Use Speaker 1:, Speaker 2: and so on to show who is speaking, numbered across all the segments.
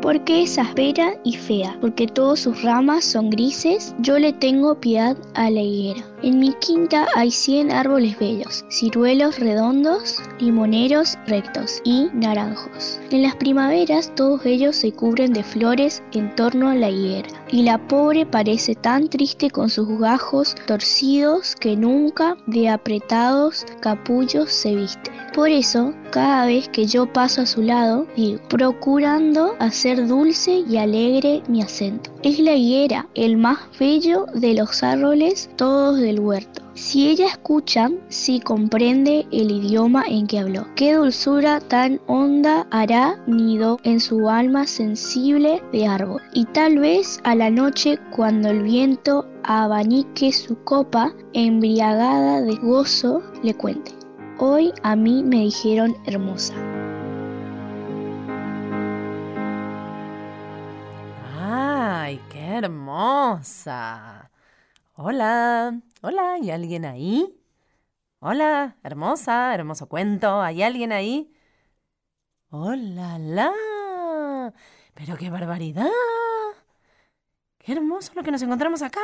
Speaker 1: porque es áspera y fea, porque todas sus ramas son grises, yo le tengo piedad a la higuera. En mi quinta hay cien árboles bellos, ciruelos redondos, limoneros rectos y naranjos. En las primaveras todos ellos se cubren de flores en torno a la higuera, y la pobre parece tan triste con sus gajos torcidos que nunca de apretados capullos se viste. Por eso, cada vez que yo paso a su lado, digo, procurando hacer dulce y alegre mi acento. Es la higuera, el más bello de los árboles todos del huerto. Si ella escucha, si comprende el idioma en que habló, qué dulzura tan honda hará nido en su alma sensible de árbol. Y tal vez a la noche, cuando el viento abanique su copa, embriagada de gozo, le cuente. Hoy a mí me dijeron hermosa.
Speaker 2: ¡Ay, qué hermosa! Hola, hola, ¿hay alguien ahí? Hola, hermosa, hermoso cuento, ¿hay alguien ahí? ¡Hola, la! ¡Pero qué barbaridad! ¡Qué hermoso lo que nos encontramos acá!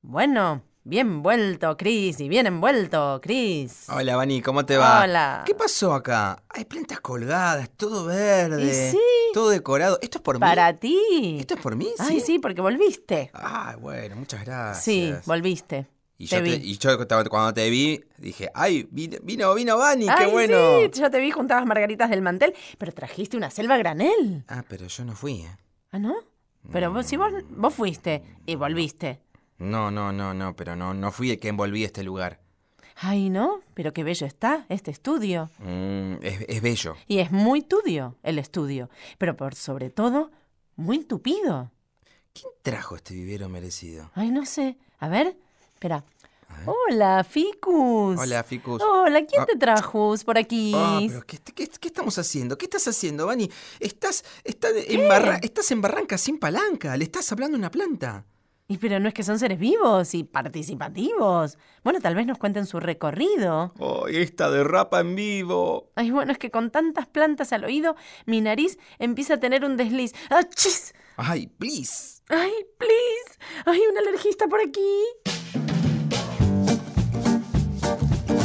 Speaker 2: Bueno, Bien vuelto, Chris, y bien envuelto, Chris.
Speaker 3: Hola, Vani, ¿cómo te va?
Speaker 2: Hola.
Speaker 3: ¿Qué pasó acá? Hay plantas colgadas, todo verde.
Speaker 2: Y sí.
Speaker 3: Todo decorado. ¿Esto es por mí?
Speaker 2: Para ti.
Speaker 3: ¿Esto es por mí? Sí.
Speaker 2: Ay, sí, porque volviste.
Speaker 3: Ay, bueno, muchas gracias.
Speaker 2: Sí, volviste.
Speaker 3: Y
Speaker 2: Te
Speaker 3: yo,
Speaker 2: vi.
Speaker 3: te- y yo cu- cuando te vi, dije, ay, vino, vino, vino Vani, qué
Speaker 2: Ay,
Speaker 3: bueno.
Speaker 2: sí, yo te vi juntabas margaritas del mantel, pero trajiste una selva granel.
Speaker 3: Ah, pero yo no fui, ¿eh?
Speaker 2: ¿Ah, no? Pero vos, si vos, vos fuiste y volviste.
Speaker 3: No, no, no, no, pero no, no fui el que envolví este lugar.
Speaker 2: Ay, ¿no? Pero qué bello está este estudio.
Speaker 3: Mm, es, es bello.
Speaker 2: Y es muy tudio el estudio, pero por sobre todo, muy tupido.
Speaker 3: ¿Quién trajo este vivero merecido?
Speaker 2: Ay, no sé. A ver, espera. Hola, Ficus.
Speaker 3: Hola, Ficus.
Speaker 2: Hola, ¿quién
Speaker 3: Ah.
Speaker 2: te trajo por aquí?
Speaker 3: Ah, pero ¿qué, qué, qué estamos haciendo? ¿Qué estás haciendo, Vani? Estás, estás, en barra- estás en barranca sin palanca. Le estás hablando a una planta.
Speaker 2: Y pero no es que son seres vivos y participativos. Bueno, tal vez nos cuenten su recorrido.
Speaker 3: ¡Oh, esta derrapa en vivo!
Speaker 2: Ay, bueno, es que con tantas plantas al oído, mi nariz empieza a tener un desliz. ¡Achis!
Speaker 3: ¡Ay, please!
Speaker 2: ¡Ay, please! ¡Ay, un alergista por aquí!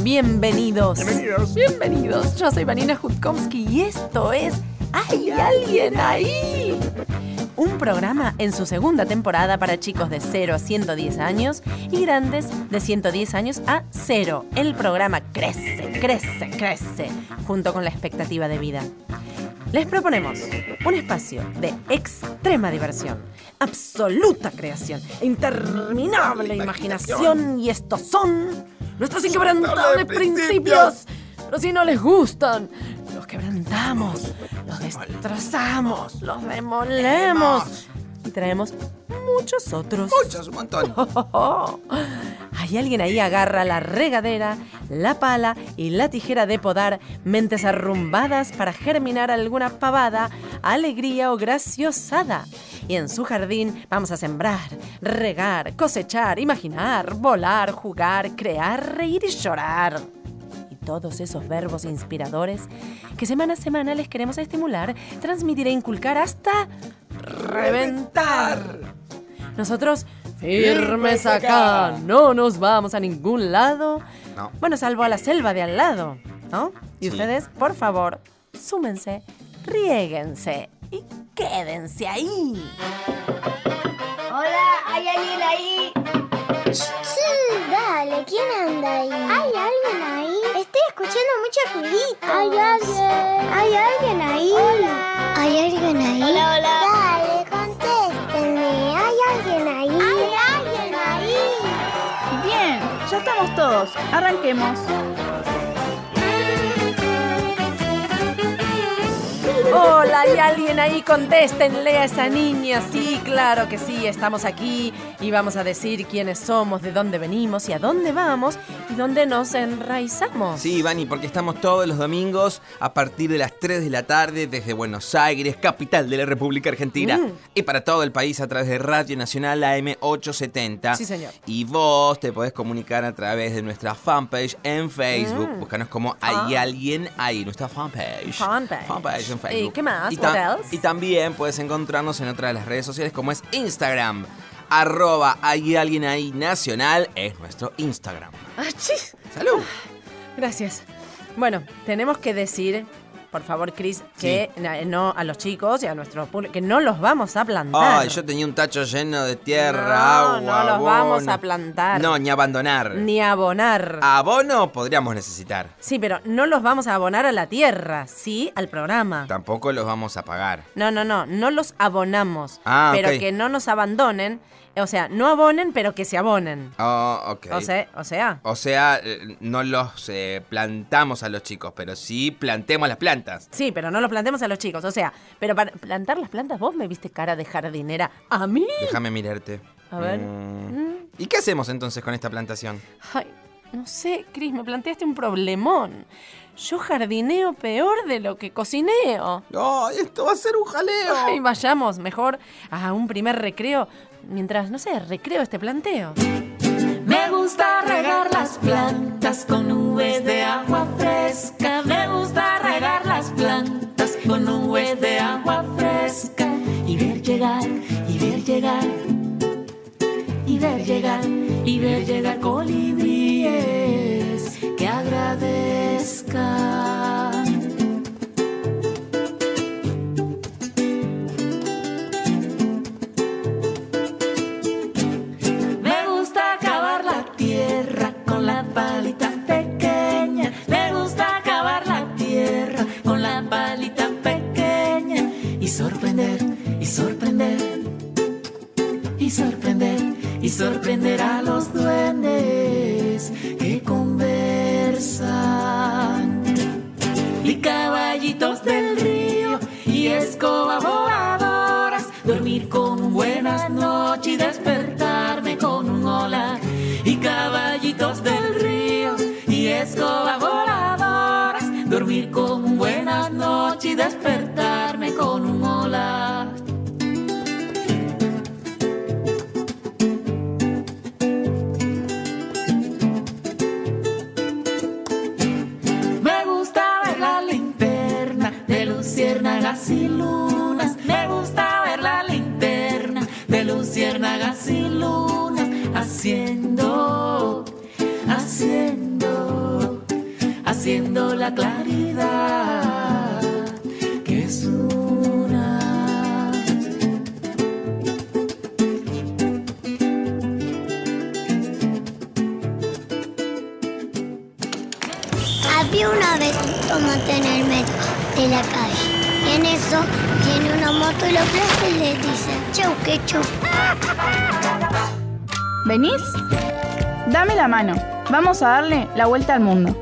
Speaker 2: Bienvenidos.
Speaker 3: Bienvenidos.
Speaker 2: Bienvenidos. Yo soy Vanina Jutkomsky y esto es ¡Hay alguien ahí! Un programa en su segunda temporada para chicos de 0 a 110 años y grandes de 110 años a 0. El programa crece, crece, crece, junto con la expectativa de vida. Les proponemos un espacio de extrema diversión, absoluta creación, e interminable imaginación y estos son nuestros inquebrantables principios. Pero si no les gustan, los quebrantamos, los destrozamos, los demolemos y traemos muchos otros.
Speaker 3: ¡Muchos, un montón!
Speaker 2: Hay alguien ahí agarra la regadera, la pala y la tijera de podar, mentes arrumbadas para germinar alguna pavada, alegría o graciosada. Y en su jardín vamos a sembrar, regar, cosechar, imaginar, volar, jugar, crear, reír y llorar. Y todos esos verbos inspiradores que semana a semana les queremos estimular, transmitir e inculcar hasta reventar. Nosotros, firmes acá, no nos vamos a ningún lado.
Speaker 3: No.
Speaker 2: Bueno, salvo a la selva de al lado, ¿no? Y
Speaker 3: Sí.
Speaker 2: ustedes, por favor, súmense, riéguense y quédense ahí.
Speaker 4: Hola, ¿hay alguien ahí?
Speaker 5: Sí, dale, ¿quién anda ahí?
Speaker 4: ¿Hay alguien ahí?
Speaker 5: Estoy escuchando mucho ruidito.
Speaker 4: ¿Hay alguien?
Speaker 5: ¿Hay alguien ahí?
Speaker 4: Hola.
Speaker 5: ¿Hay alguien ahí?
Speaker 4: Hola, hola.
Speaker 5: Dale, contéstenme. ¿Hay alguien ahí?
Speaker 4: ¿Hay alguien ahí?
Speaker 6: Bien, ya estamos todos. Arranquemos.
Speaker 2: Hola, ¿hay alguien ahí? Contéstenle a esa niña. Sí, claro que sí, estamos aquí y vamos a decir quiénes somos, de dónde venimos y a dónde vamos y dónde nos enraizamos.
Speaker 3: Sí, Vani, porque estamos todos los domingos a partir de las 3 de la tarde desde Buenos Aires, capital de la República Argentina.
Speaker 2: Mm.
Speaker 3: Y para todo el país a través de Radio Nacional AM870.
Speaker 2: Sí, señor.
Speaker 3: Y vos te podés comunicar a través de nuestra
Speaker 2: Mm. Ah.
Speaker 3: fanpage en Facebook. Búscanos como Hay Alguien Ahí, nuestra fanpage.
Speaker 2: Fanpage.
Speaker 3: Fanpage en Facebook. Facebook.
Speaker 2: ¿qué más?
Speaker 3: Y,
Speaker 2: What
Speaker 3: ta-
Speaker 2: else?
Speaker 3: y también puedes encontrarnos en otra de las redes sociales como es Instagram. Arroba hay alguien ahí nacional es nuestro Instagram.
Speaker 2: Achis.
Speaker 3: ¡Salud!
Speaker 2: Ah, Gracias. Bueno, tenemos que decir, por favor, Chris, que na- no a los chicos y a nuestro público, que no los vamos a plantar.
Speaker 3: Ay, yo tenía un tacho lleno de tierra,
Speaker 2: No,
Speaker 3: agua,
Speaker 2: no los vamos
Speaker 3: abono.
Speaker 2: a plantar.
Speaker 3: No, ni abandonar.
Speaker 2: Ni abonar.
Speaker 3: Abono podríamos necesitar.
Speaker 2: Sí, pero no los vamos a abonar a la tierra, sí al programa.
Speaker 3: Tampoco los vamos a pagar.
Speaker 2: No, no, no, no los abonamos.
Speaker 3: Ah,
Speaker 2: pero
Speaker 3: ok.
Speaker 2: que no nos abandonen. O sea, no abonen, pero que se abonen.
Speaker 3: Oh, ok.
Speaker 2: O sea, o sea.
Speaker 3: O sea, eh, no los eh, plantamos a los chicos, pero sí plantemos las plantas.
Speaker 2: Sí, pero no los plantemos a los chicos. O sea, pero para plantar las plantas, vos me viste cara de jardinera. ¿A mí?
Speaker 3: Déjame mirarte.
Speaker 2: A ver.
Speaker 3: Mm. ¿Y qué hacemos entonces con esta plantación?
Speaker 2: Ay, no sé, Cris, me planteaste un problemón. Yo jardineo peor de lo que cocineo.
Speaker 3: ¡No! esto va a ser un jaleo!
Speaker 2: Ay, vayamos mejor a un primer recreo mientras, no sé, recreo este planteo.
Speaker 7: Me gusta regar las plantas con nubes de agua fresca. Me gusta regar las plantas con nubes de agua fresca. Y ver llegar, y ver llegar, y ver llegar, y ver llegar colibríes que agradezcan. Me gusta cavar la tierra con la palita pequeña. Me gusta cavar la tierra con la palita pequeña. Y sorprender, y sorprender, y sorprender, y sorprender a los duendes que conversan y caballitos del río y escobas voladoras. Dormir con un buenas noches y despertarme con un hola. Y caballitos del río y escobas voladoras. Dormir con un buenas noches y despertarme con un hola. Me gusta ver la linterna de luciérnagas y lunas. Me gusta ver la linterna de luciérnagas y lunas. Haciendo, haciendo, haciendo la claridad que es una.
Speaker 5: Había una vez un moto en el metro de la calle. Y en eso viene una moto y lo aplaza y le dice, chau, que chau.
Speaker 1: ¿Venís? Dame la mano. Vamos a darle la vuelta al mundo.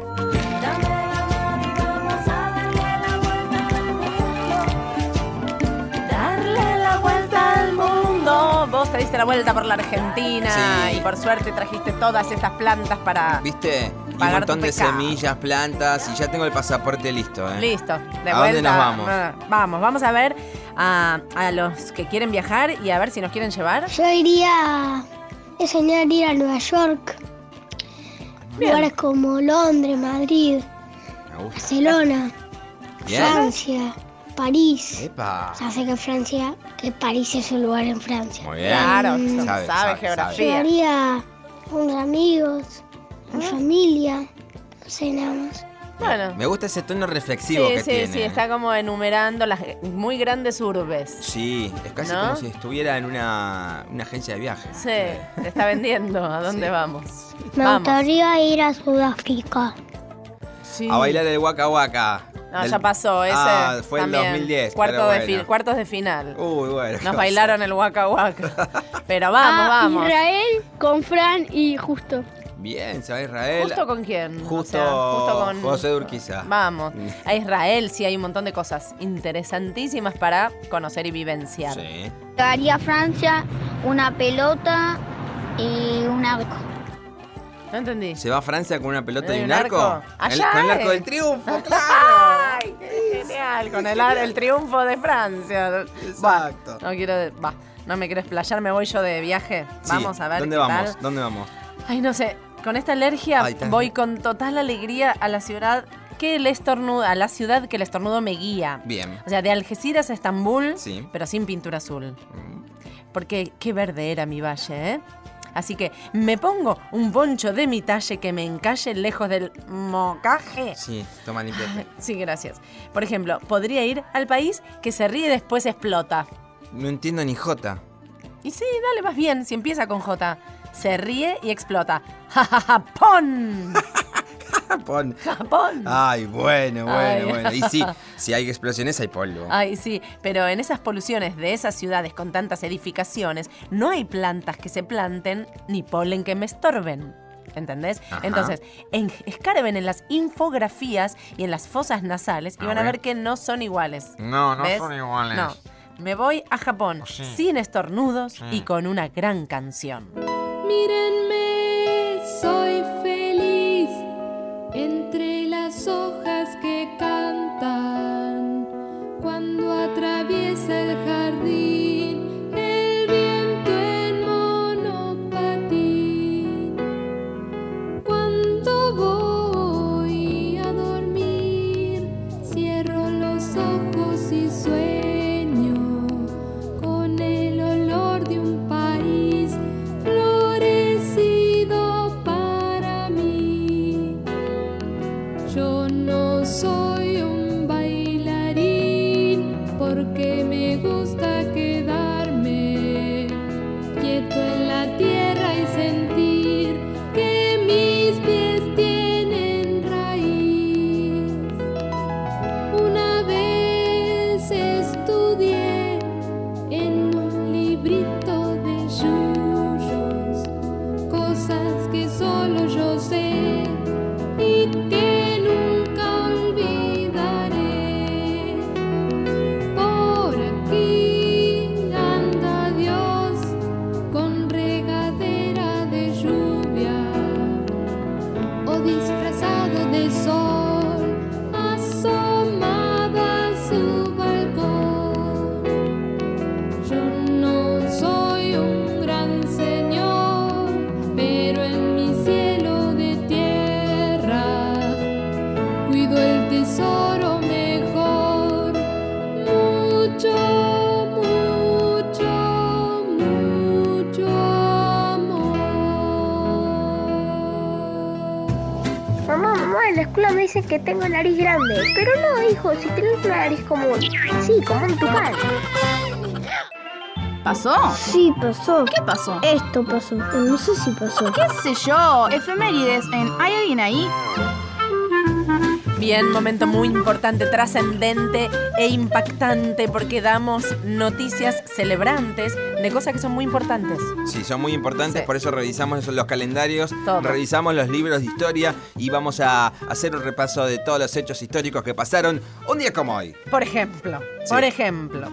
Speaker 2: Darle la vuelta al mundo. Vos te diste la vuelta por la Argentina
Speaker 3: Sí.
Speaker 2: y por suerte trajiste todas estas plantas para.
Speaker 3: ¿Viste? Y un
Speaker 2: Pagar tu
Speaker 3: montón de
Speaker 2: pecado.
Speaker 3: semillas, plantas, y ya tengo el pasaporte listo, ¿eh?
Speaker 2: Listo, de
Speaker 3: ¿A
Speaker 2: vuelta.
Speaker 3: dónde nos vamos?
Speaker 2: Ah, Vamos, vamos a ver a, a los que quieren viajar y a ver si nos quieren llevar.
Speaker 5: Yo iría, es genial ir a Nueva York. Lugares como Londres, Madrid,
Speaker 3: Me gusta.
Speaker 5: Barcelona,
Speaker 3: Bien.
Speaker 5: Francia, París.
Speaker 3: ¡Epa!
Speaker 5: Ya sé que Francia, que París es un lugar en Francia.
Speaker 3: Muy bien.
Speaker 2: Claro, sabe,
Speaker 3: Sabe, sabe,
Speaker 2: geografía.
Speaker 5: Llevaría a unos amigos, a
Speaker 3: Ah.
Speaker 5: mi familia, no sé nada más.
Speaker 2: Bueno,
Speaker 3: Me gusta ese tono reflexivo
Speaker 2: sí,
Speaker 3: que
Speaker 2: sí,
Speaker 3: tiene.
Speaker 2: sí, está como enumerando las muy grandes urbes.
Speaker 3: Sí, es casi
Speaker 2: ¿No?
Speaker 3: como si estuviera en una, una agencia de viajes.
Speaker 2: Sí, te está vendiendo. ¿A dónde
Speaker 3: Sí.
Speaker 2: vamos?
Speaker 5: Me
Speaker 2: vamos.
Speaker 5: gustaría ir a Sudáfrica.
Speaker 2: Sí.
Speaker 3: A bailar el Waka Waka.
Speaker 2: No,
Speaker 3: Del-
Speaker 2: Ah, ya pasó ese.
Speaker 3: Ah, fue en
Speaker 2: también.
Speaker 3: 2010.
Speaker 2: Cuarto
Speaker 3: pero
Speaker 2: de
Speaker 3: bueno.
Speaker 2: fi- cuartos de final.
Speaker 3: Uy, bueno. qué
Speaker 2: Nos
Speaker 3: cosa.
Speaker 2: bailaron el Waka Waka. Pero vamos,
Speaker 8: a
Speaker 2: vamos.
Speaker 8: Ah, Israel con Fran y Justo.
Speaker 3: Bien, se va a Israel.
Speaker 2: ¿Justo con quién?
Speaker 3: Justo- José de Urquiza.
Speaker 2: Vamos.
Speaker 3: Mm.
Speaker 2: A Israel sí hay un montón de cosas interesantísimas para conocer y vivenciar.
Speaker 3: Sí.
Speaker 8: Llegaría a Francia una pelota y un arco.
Speaker 2: ¿No entendí?
Speaker 3: ¿Se va a Francia con una pelota
Speaker 2: ¿Hay
Speaker 3: y
Speaker 2: un
Speaker 3: un arco?
Speaker 2: arco?
Speaker 3: El-
Speaker 2: Allá
Speaker 3: con el arco
Speaker 2: es.
Speaker 3: del triunfo,
Speaker 9: Ah,
Speaker 3: claro.
Speaker 2: ¡Ay, qué genial! Con el, ar- el triunfo de Francia.
Speaker 3: Exacto.
Speaker 2: Bah, no quiero... bah, no me quiero explayar, me voy yo de viaje.
Speaker 3: Sí,
Speaker 2: Vamos a ver
Speaker 3: ¿Dónde
Speaker 2: qué
Speaker 3: vamos?
Speaker 2: tal.
Speaker 3: ¿Dónde vamos?
Speaker 2: Ay, no sé. Con esta alergia
Speaker 3: Ay, está-
Speaker 2: voy con total alegría a la ciudad que el estornudo, a la ciudad que el estornudo me guía.
Speaker 3: Bien.
Speaker 2: O sea, de Algeciras a Estambul,
Speaker 3: Sí.
Speaker 2: pero sin pintura azul.
Speaker 3: Mm.
Speaker 2: Porque qué verde era mi valle, ¿eh? Así que me pongo un poncho de mi talle que me encalle lejos del mocaje.
Speaker 3: Sí, toma limpiate.
Speaker 2: Sí, gracias. Por ejemplo, podría ir al país que se ríe y después explota.
Speaker 3: No entiendo ni jota.
Speaker 2: Y sí, dale, más bien, si empieza con J. Se ríe y explota. ¡Ja, ja, Japón!
Speaker 3: Japón.
Speaker 2: ¡Japón!
Speaker 3: Ay, bueno, bueno,
Speaker 2: Ay. Ah.
Speaker 3: bueno. Y sí, si hay explosiones hay polvo.
Speaker 2: Ay, sí, pero en esas poluciones de esas ciudades con tantas edificaciones, no hay plantas que se planten ni polen que me estorben. ¿Entendés?
Speaker 3: Ajá.
Speaker 2: Entonces, en- escarben en las infografías y en las fosas nasales y
Speaker 3: A
Speaker 2: van a
Speaker 3: ver.
Speaker 2: ver que no son iguales.
Speaker 3: No, no
Speaker 2: ¿Ves?
Speaker 3: son iguales. Oh,
Speaker 2: No. Me voy a Japón
Speaker 3: Sí.
Speaker 2: sin estornudos
Speaker 3: Sí.
Speaker 2: y con una gran canción.
Speaker 10: Mírenme, soy feliz entre las hojas que cantan. Cuando atraviesa el jardín el viento en monopatín. Cuando voy a dormir, cierro los ojos y sueño con el olor de un país florecido para mí. Yo no soy un bailarín porque me gusta quedarme quieto en la tierra y sentir que mis pies tienen raíz. Una vez estudié en un librito de yuyos cosas que solo yo sé y que nunca olvidaré. Por aquí anda Dios con regadera de lluvia o disfrazado de sol. Asomada a su balcón, yo no soy un gran señor, pero en mi cielo de tierra cuido el tesoro mejor, mucho, mucho, mucho amor.
Speaker 4: Mamá, mamá, en la escuela me dicen que tengo nariz grande. Pero no, hijo, si tenés una nariz común. Sí, común tu padre.
Speaker 6: ¿Pasó?
Speaker 5: Sí, pasó.
Speaker 6: ¿Qué pasó?
Speaker 5: Esto pasó. No sé si pasó.
Speaker 6: ¿Qué sé yo? Efemérides en ¿Hay alguien ahí?
Speaker 2: Bien, momento muy importante, trascendente e impactante porque damos noticias celebrantes de cosas que son muy importantes.
Speaker 3: Sí, son muy importantes,
Speaker 2: Sí.
Speaker 3: por eso revisamos eso, los calendarios,
Speaker 2: Todo.
Speaker 3: revisamos los libros de historia y vamos a hacer un repaso de todos los hechos históricos que pasaron un día como hoy.
Speaker 2: Por ejemplo,
Speaker 3: Sí.
Speaker 2: por ejemplo,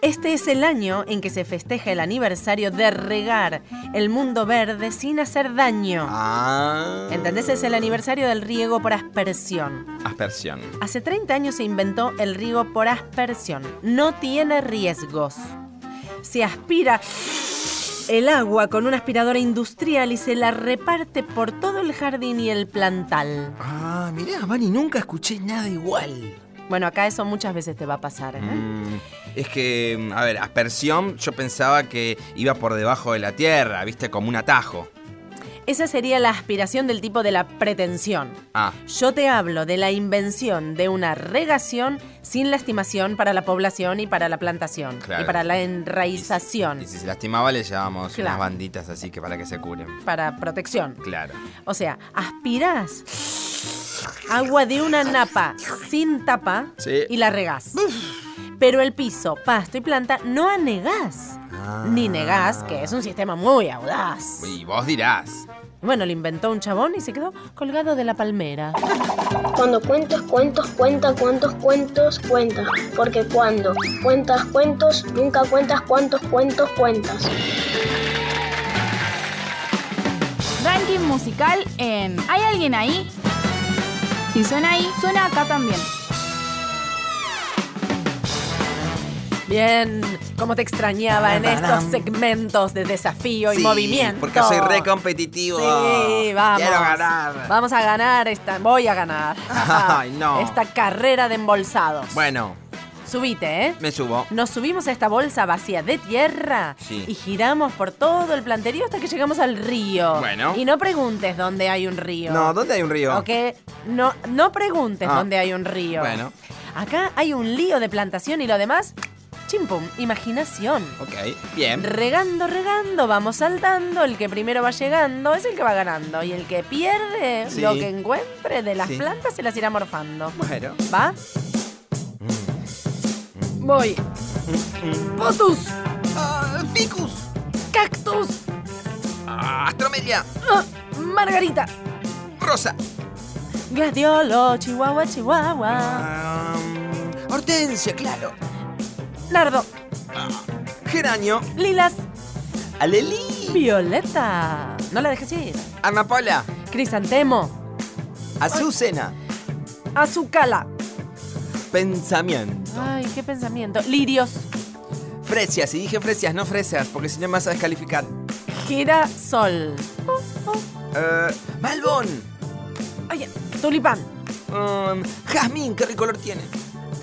Speaker 2: este es el año en que se festeja el aniversario de regar el mundo verde sin hacer daño.
Speaker 3: Ah.
Speaker 2: ¿Entendés? Es el aniversario del riego por aspersión.
Speaker 3: Aspersión.
Speaker 2: Hace 30 años se inventó el riego por aspersión. No tiene riesgos. Se aspira el agua con una aspiradora industrial y se la reparte por todo el jardín y el plantal.
Speaker 3: Ah, mirá, Vani, nunca escuché nada igual.
Speaker 2: Bueno, acá eso muchas veces te va a pasar. ¿eh?
Speaker 3: Mm, es que, a ver, aspersión yo pensaba que iba por debajo de la tierra, viste, como un atajo.
Speaker 2: Esa sería la aspiración del tipo de la pretensión.
Speaker 3: Ah,
Speaker 2: Yo te hablo de la invención de una regación sin lastimación para la población y para la plantación
Speaker 3: Claro.
Speaker 2: y para la
Speaker 3: y,
Speaker 2: enraización,
Speaker 3: y si se lastimaba le llevábamos unas
Speaker 2: Claro.
Speaker 3: banditas así que para que se curen.
Speaker 2: para protección.
Speaker 3: Claro.
Speaker 2: O sea, aspirás agua de una napa sin tapa
Speaker 3: Sí.
Speaker 2: y la regás. Pero el piso, pasto y planta no anegás.
Speaker 3: Ah.
Speaker 2: Ni negás, que es un sistema muy audaz.
Speaker 3: Y vos dirás.
Speaker 2: Bueno, lo inventó un chabón y se quedó colgado de la palmera.
Speaker 4: Cuando cuentes cuentos, cuenta cuántos cuentos cuentas. Porque cuando cuentas cuentos, nunca cuentas cuántos cuentos cuentas.
Speaker 6: Ranking musical en ¿Hay alguien ahí? Si suena ahí, suena acá también.
Speaker 2: Bien, cómo te extrañaba en estos segmentos de desafío y
Speaker 3: Sí,
Speaker 2: movimiento.
Speaker 3: Porque soy re competitivo.
Speaker 2: Sí, vamos.
Speaker 3: Quiero ganar.
Speaker 2: Vamos a ganar esta. Voy a ganar. Ah,
Speaker 3: Ay, no.
Speaker 2: Esta carrera de embolsados.
Speaker 3: Bueno,
Speaker 2: Subite, ¿eh?
Speaker 3: me subo.
Speaker 2: Nos subimos a esta bolsa vacía de tierra
Speaker 3: Sí.
Speaker 2: y giramos por todo el planterío hasta que llegamos al río.
Speaker 3: Bueno.
Speaker 2: Y no preguntes dónde hay un río.
Speaker 3: No, ¿dónde hay un río?
Speaker 2: Ok, no, no preguntes
Speaker 3: Ah.
Speaker 2: dónde hay un río.
Speaker 3: Bueno,
Speaker 2: Acá hay un lío de plantación y lo demás, chimpum, imaginación.
Speaker 3: ok, bien.
Speaker 2: Regando, regando, vamos saltando. El que primero va llegando es el que va ganando. Y el que pierde
Speaker 3: Sí.
Speaker 2: lo que encuentre de las
Speaker 3: Sí.
Speaker 2: plantas se las irá morfando.
Speaker 3: Bueno.
Speaker 2: ¿Va? Voy. Potus,
Speaker 3: Ah, ficus.
Speaker 2: cactus,
Speaker 3: Ah, Astromelia.
Speaker 2: ah, margarita,
Speaker 3: Rosa.
Speaker 2: gladiolo, chihuahua, chihuahua,
Speaker 3: Ah, hortensia, claro.
Speaker 2: nardo,
Speaker 3: Geranio.
Speaker 2: lilas,
Speaker 3: Aleli.
Speaker 2: violeta. No la dejes ir.
Speaker 3: Ana Paula.
Speaker 2: Crisantemo,
Speaker 3: Azucena.
Speaker 2: azúcala.
Speaker 3: Pensamiento.
Speaker 2: Ay, qué pensamiento. Lirios,
Speaker 3: Fresias. Y dije fresias, no fresas, porque si no me vas a descalificar.
Speaker 2: girasol.
Speaker 3: Eh, Malbón.
Speaker 2: Ay, tulipán.
Speaker 3: Mm, jazmín, qué rico color tiene.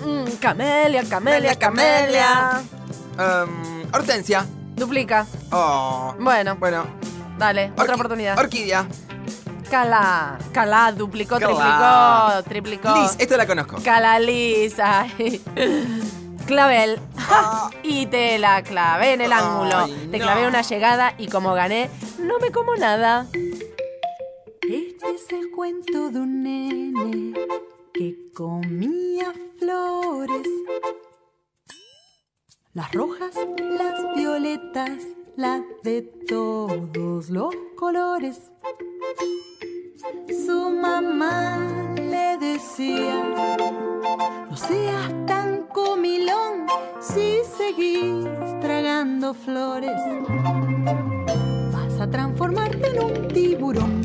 Speaker 2: Mm, camelia, camelia,
Speaker 3: Camelia,
Speaker 2: camelia.
Speaker 3: Em, hortensia.
Speaker 2: Duplica.
Speaker 3: Oh.
Speaker 2: Bueno,
Speaker 3: Bueno.
Speaker 2: dale,
Speaker 3: orqui-
Speaker 2: otra oportunidad.
Speaker 3: Orquídea.
Speaker 2: Calá, calá, duplicó,
Speaker 3: Calá.
Speaker 2: triplicó, triplicó.
Speaker 3: Liz, esta la conozco.
Speaker 2: Calá Liz, ay. Clavel.
Speaker 3: Ah.
Speaker 2: Y te la clavé en el
Speaker 3: Ay,
Speaker 2: ángulo. Te
Speaker 3: no.
Speaker 2: clavé una llegada y como gané, no me como nada.
Speaker 11: Este es el cuento de un nene que comía flores. Las rojas, las violetas, las de todos los colores. Su mamá le decía, no seas tan comilón si seguís tragando flores. Vas a transformarte en un tiburón.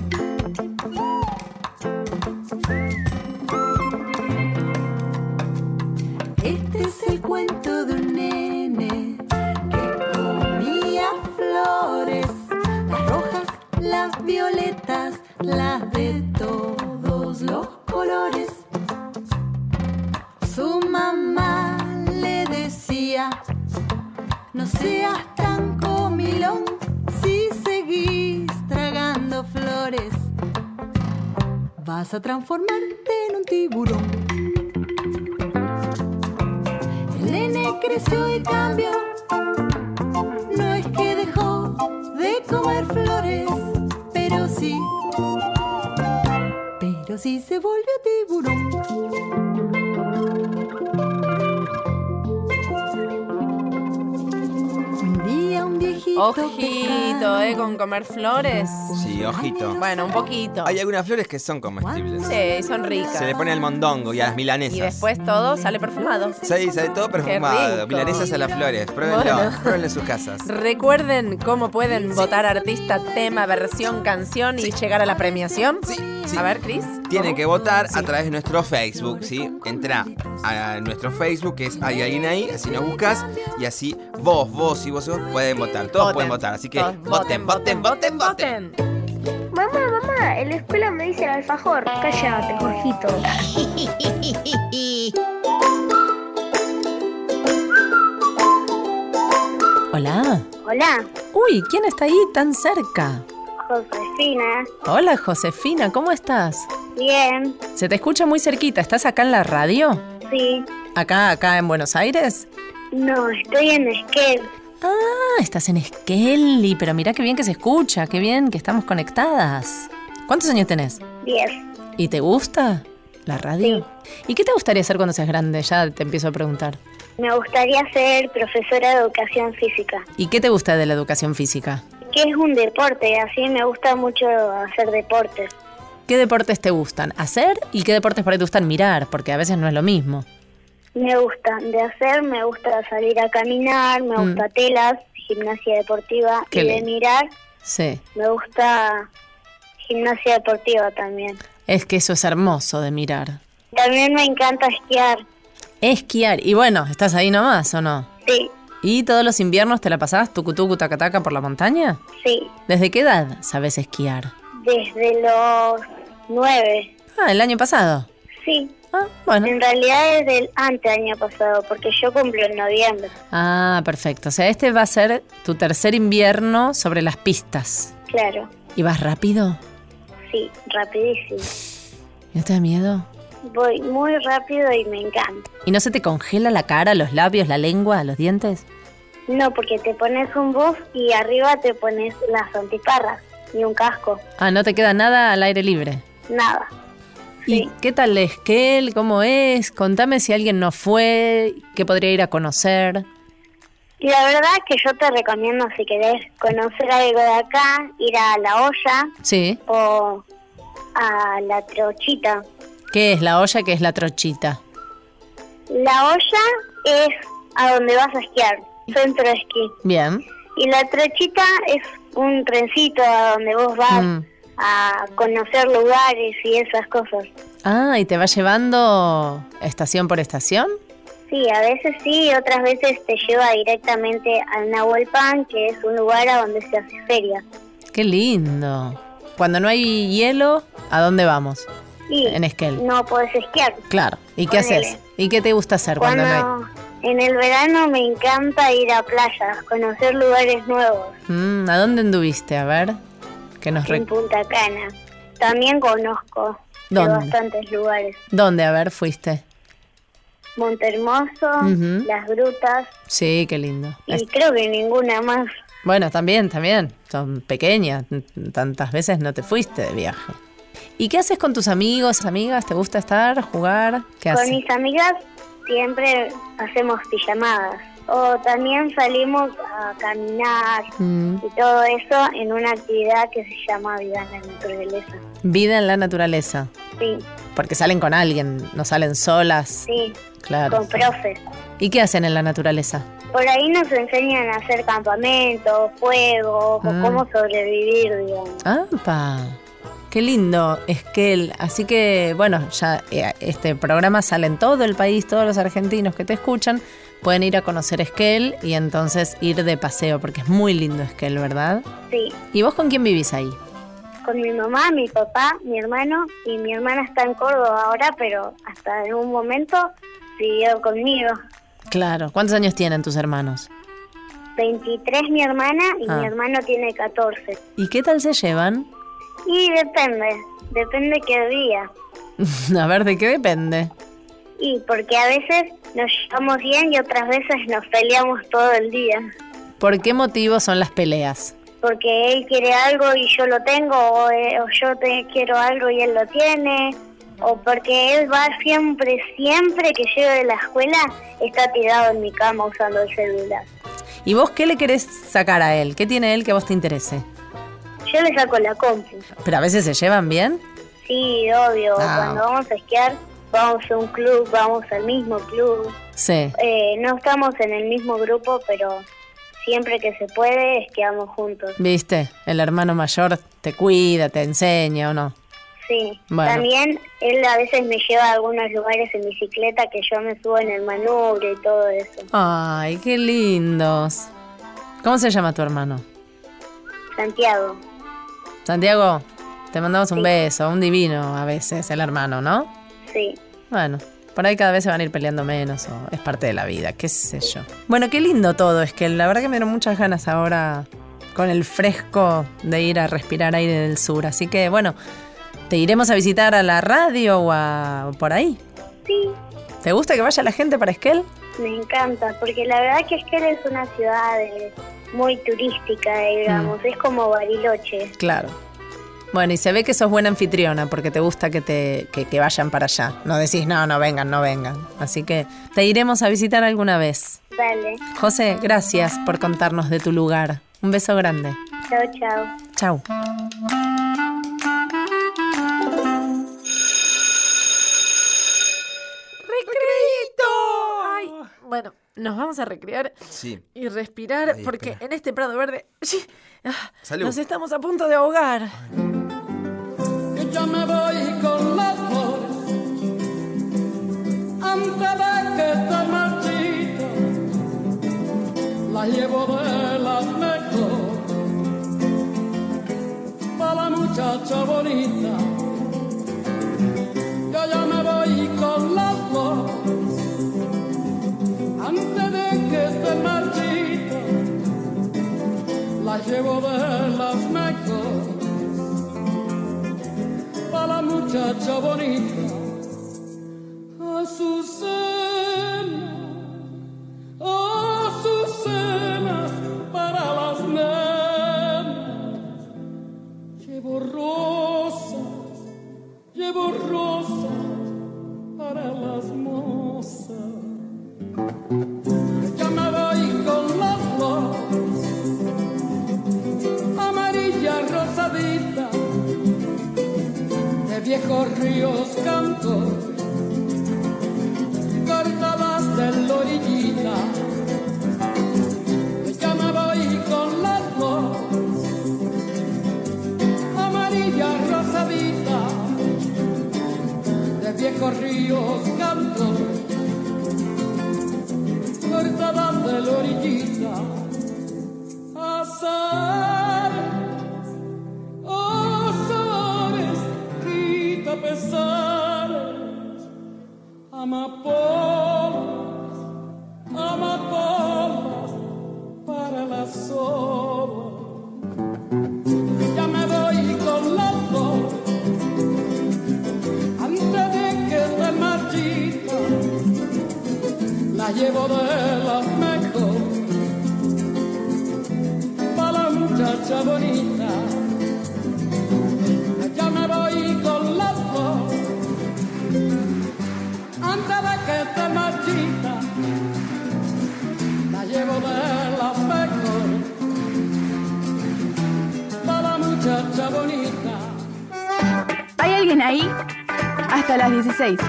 Speaker 11: Este es el cuento de un nene que comía flores, las rojas, las violetas, las de todos los colores. Su mamá le decía, no seas tan comilón si seguís tragando flores. Vas a transformarte en un tiburón. El nene creció y cambió. No es que dejó de comer flores, pero sí. Pero sí se volvió tiburón. Un día un viejito.
Speaker 2: Ojito, eh, con comer flores.
Speaker 3: Sí, ojito.
Speaker 2: Bueno, un poquito.
Speaker 3: Hay algunas flores que son comestibles.
Speaker 2: Sí, son ricas.
Speaker 3: Se le pone al mondongo y a las milanesas.
Speaker 2: Y después todo sale perfumado.
Speaker 3: Sí, sale todo
Speaker 2: rico.
Speaker 3: perfumado. Milanesas a las flores. Pruébenlo.
Speaker 2: Bueno.
Speaker 3: Pruébenlo en sus casas.
Speaker 2: Recuerden cómo pueden votar artista, tema, versión, canción y llegar a la premiación.
Speaker 3: Sí, sí.
Speaker 2: A ver, Cris.
Speaker 3: Tiene que votar a través de nuestro Facebook, ¿sí? Entra a nuestro Facebook, que es Hay Alguien Ahí, así nos buscas, y así vos, vos y vos, vos pueden votar. Todos pueden votar, así que
Speaker 2: Todos
Speaker 3: voten, voten, voten, voten.
Speaker 9: Mamá, mamá, en la escuela me dicen alfajor. Cállate, Jorgito.
Speaker 2: Hola.
Speaker 9: Hola,
Speaker 2: Uy, ¿quién está ahí tan cerca?
Speaker 9: Josefina.
Speaker 2: Hola, Josefina, ¿cómo estás?
Speaker 9: Bien,
Speaker 2: Se te escucha muy cerquita. ¿Estás acá en la radio?
Speaker 9: sí.
Speaker 2: ¿Acá, acá en Buenos Aires?
Speaker 9: No, estoy en esquema.
Speaker 2: Ah, estás en Skelly, pero mirá qué bien que se escucha, qué bien que estamos conectadas. ¿Cuántos años tenés?
Speaker 9: 10.
Speaker 2: ¿Y te gusta la radio? ¿Y qué te gustaría hacer cuando seas grande? Ya te empiezo a preguntar.
Speaker 9: Me gustaría ser profesora de educación física,
Speaker 2: ¿Y qué te gusta de la educación física?
Speaker 9: que es un deporte, así me gusta mucho hacer deportes.
Speaker 2: ¿Qué deportes te gustan hacer y qué deportes por ahí te gustan mirar? Porque a veces no es lo mismo.
Speaker 9: Me gusta de hacer, me gusta salir a caminar, me
Speaker 2: Mm.
Speaker 9: gusta telas, gimnasia deportiva
Speaker 2: Qué
Speaker 9: y de
Speaker 2: lindo.
Speaker 9: mirar,
Speaker 2: Sí.
Speaker 9: me gusta gimnasia deportiva también.
Speaker 2: Es que eso es hermoso de mirar.
Speaker 9: También me encanta esquiar.
Speaker 2: Esquiar. Y bueno, ¿estás ahí nomás o no?
Speaker 9: Sí,
Speaker 2: ¿Y todos los inviernos te la pasás tucutucu tacataca por la montaña?
Speaker 9: Sí,
Speaker 2: ¿Desde qué edad sabes esquiar?
Speaker 9: desde los nueve.
Speaker 2: Ah, el año pasado.
Speaker 9: Sí.
Speaker 2: bueno.
Speaker 9: En realidad desde el antes año pasado, porque yo cumplo en noviembre.
Speaker 2: Ah, perfecto. O sea, este va a ser tu tercer invierno sobre las pistas.
Speaker 9: Claro,
Speaker 2: ¿Y vas rápido?
Speaker 9: sí, rapidísimo.
Speaker 2: ¿No te da miedo?
Speaker 9: Voy muy rápido y me encanta.
Speaker 2: ¿Y no se te congela la cara, los labios, la lengua, los dientes?
Speaker 9: No, porque te pones un buff y arriba te pones las antiparras y un casco.
Speaker 2: Ah, no te queda nada al aire libre.
Speaker 9: Nada.
Speaker 2: ¿Y qué tal es Esquel? ¿Cómo es? Contame si alguien no fue, qué podría ir a conocer.
Speaker 9: Y la verdad que yo te recomiendo si querés conocer algo de acá, ir a la olla
Speaker 2: Sí.
Speaker 9: o a la trochita.
Speaker 2: ¿Qué es la olla? ¿Qué es la trochita?
Speaker 9: La olla es a donde vas a esquiar, centro de esquí.
Speaker 2: Bien.
Speaker 9: Y la trochita es un trencito a donde vos vas
Speaker 2: Mm.
Speaker 9: a conocer lugares y esas cosas.
Speaker 2: Ah, ¿y te va llevando estación por estación?
Speaker 9: Sí, a veces sí, otras veces te lleva directamente al Nahuelpan, que es un lugar a donde se hace feria.
Speaker 2: Qué lindo. Cuando no hay hielo, ¿a dónde vamos?
Speaker 9: Y
Speaker 2: En Esquel.
Speaker 9: no podés esquiar.
Speaker 2: Claro. ¿Y qué
Speaker 9: Ponele.
Speaker 2: haces? ¿Y qué te gusta hacer cuando no hay?
Speaker 9: Cuando en el verano me encanta ir a playas, conocer lugares nuevos
Speaker 2: Mm, ¿A dónde anduviste? A ver. Que nos
Speaker 9: en
Speaker 2: rec-
Speaker 9: Punta Cana. También conozco de
Speaker 2: ¿Dónde?
Speaker 9: bastantes lugares.
Speaker 2: ¿Dónde? A ver, fuiste.
Speaker 9: Monte Hermoso,
Speaker 2: Ujú.
Speaker 9: Las Grutas
Speaker 2: Sí, qué lindo.
Speaker 9: y creo que ninguna más.
Speaker 2: Bueno, también, también. Son pequeñas. N- Tantas veces no te fuiste de viaje. ¿Y qué haces con tus amigos, amigas? ¿Te gusta estar, jugar? ¿Qué
Speaker 9: Con
Speaker 2: haces?
Speaker 9: mis amigas siempre hacemos pijamadas o también salimos a caminar
Speaker 2: Mm.
Speaker 9: y todo eso en una actividad que se llama Vida en la Naturaleza.
Speaker 2: Vida en la naturaleza.
Speaker 9: Sí,
Speaker 2: Porque salen con alguien, no salen solas.
Speaker 9: sí,
Speaker 2: Claro.
Speaker 9: con profes.
Speaker 2: ¿Y qué hacen en la naturaleza?
Speaker 9: Por ahí nos enseñan a hacer campamentos, fuegos
Speaker 2: Mm.
Speaker 9: o cómo sobrevivir, digamos.
Speaker 2: ¡Apa! Qué lindo, Esquel. Así que, bueno, ya eh, este programa sale en todo el país, todos los argentinos que te escuchan pueden ir a conocer Esquel y entonces ir de paseo, porque es muy lindo Esquel, ¿verdad?
Speaker 9: Sí,
Speaker 2: ¿Y vos con quién vivís ahí?
Speaker 9: con mi mamá, mi papá, mi hermano y mi hermana está en Córdoba ahora, pero hasta en un momento vivió conmigo.
Speaker 2: Claro. ¿Cuántos años tienen tus hermanos?
Speaker 9: 23 mi hermana y
Speaker 2: Ah.
Speaker 9: mi hermano tiene 14.
Speaker 2: ¿Y qué tal se llevan?
Speaker 9: Y depende, depende qué día.
Speaker 2: a ver, ¿de qué depende?
Speaker 9: Y porque a veces nos llevamos bien y otras veces nos peleamos todo el día.
Speaker 2: ¿Por qué motivo son las peleas?
Speaker 9: Porque él quiere algo y yo lo tengo, o, eh, o yo te quiero algo y él lo tiene. O porque él va siempre, siempre que llego de la escuela, está tirado en mi cama usando el celular.
Speaker 2: ¿Y vos qué le querés sacar a él? ¿Qué tiene él que a vos te interese?
Speaker 9: Yo le saco la compu.
Speaker 2: ¿Pero a veces se llevan bien?
Speaker 9: Sí, obvio.
Speaker 2: Ah.
Speaker 9: Cuando vamos a esquiar, vamos a un club, vamos al mismo club.
Speaker 2: Sí.
Speaker 9: Eh, no estamos en el mismo grupo, pero siempre que se puede, esquiamos juntos.
Speaker 2: ¿Viste? El hermano mayor te cuida, te enseña o no.
Speaker 9: Sí.
Speaker 2: Bueno.
Speaker 9: También él a veces me lleva a algunos lugares en bicicleta que yo me subo en el manubrio y todo eso.
Speaker 2: Ay, qué lindos. ¿Cómo se llama tu hermano?
Speaker 9: Santiago,
Speaker 2: Santiago, te mandamos un beso, un divino a veces, el hermano, ¿no?
Speaker 9: sí.
Speaker 2: Bueno, por ahí cada vez se van a ir peleando menos o es parte de la vida, qué sé yo. Bueno, qué lindo todo, es que la verdad que me dieron muchas ganas ahora con el fresco de ir a respirar aire del sur. Así que bueno, te iremos a visitar a la radio o, a, o por ahí.
Speaker 9: Sí,
Speaker 2: ¿Te gusta que vaya la gente para Esquel?
Speaker 9: me encanta, porque la verdad que Esquel es una ciudad eh, muy turística, digamos. Es como Bariloche.
Speaker 2: Claro. Bueno, y se ve que sos buena anfitriona porque te gusta que, te, que, que vayan para allá. No decís, no, no vengan, no vengan. Así que te iremos a visitar alguna vez.
Speaker 9: Dale,
Speaker 2: José, gracias por contarnos de tu lugar. Un beso grande.
Speaker 9: chao, chao.
Speaker 2: Chau.
Speaker 12: Ay,
Speaker 2: bueno, nos vamos a recrear
Speaker 3: Sí.
Speaker 2: y respirar
Speaker 3: Ay,
Speaker 2: porque
Speaker 3: espera.
Speaker 2: en este prado verde ah,
Speaker 3: Salud.
Speaker 2: nos estamos a punto de ahogar.
Speaker 12: que yo me voy con las flores antes de que te marchites las llevo de las mezclo para la muchacha bonita. Yo ya me voy con las dos antes de que esté marchita. Las llevo de las mezclo para la muchacha bonita. Azucena, azucenas para las nenas. Llevo rosas, llevo rosas para las mozas. Ya me voy con las flores amarilla rosadita de viejos ríos canto cortadas de la orillita ya me voy con las flores amarilla rosadita de viejos ríos canto cortadas de la orillita azares, oh, azares, quita pesares, amapolas, amapolas para las olas. Ya me voy con las dos, antes de que te marchita, la llevo de las mejores pa' la muchacha bonita. Ya me voy con las dos, antes de que te marchita, la llevo de las mejor, pa' la muchacha bonita.
Speaker 6: ¿Hay alguien ahí? Hasta las 16.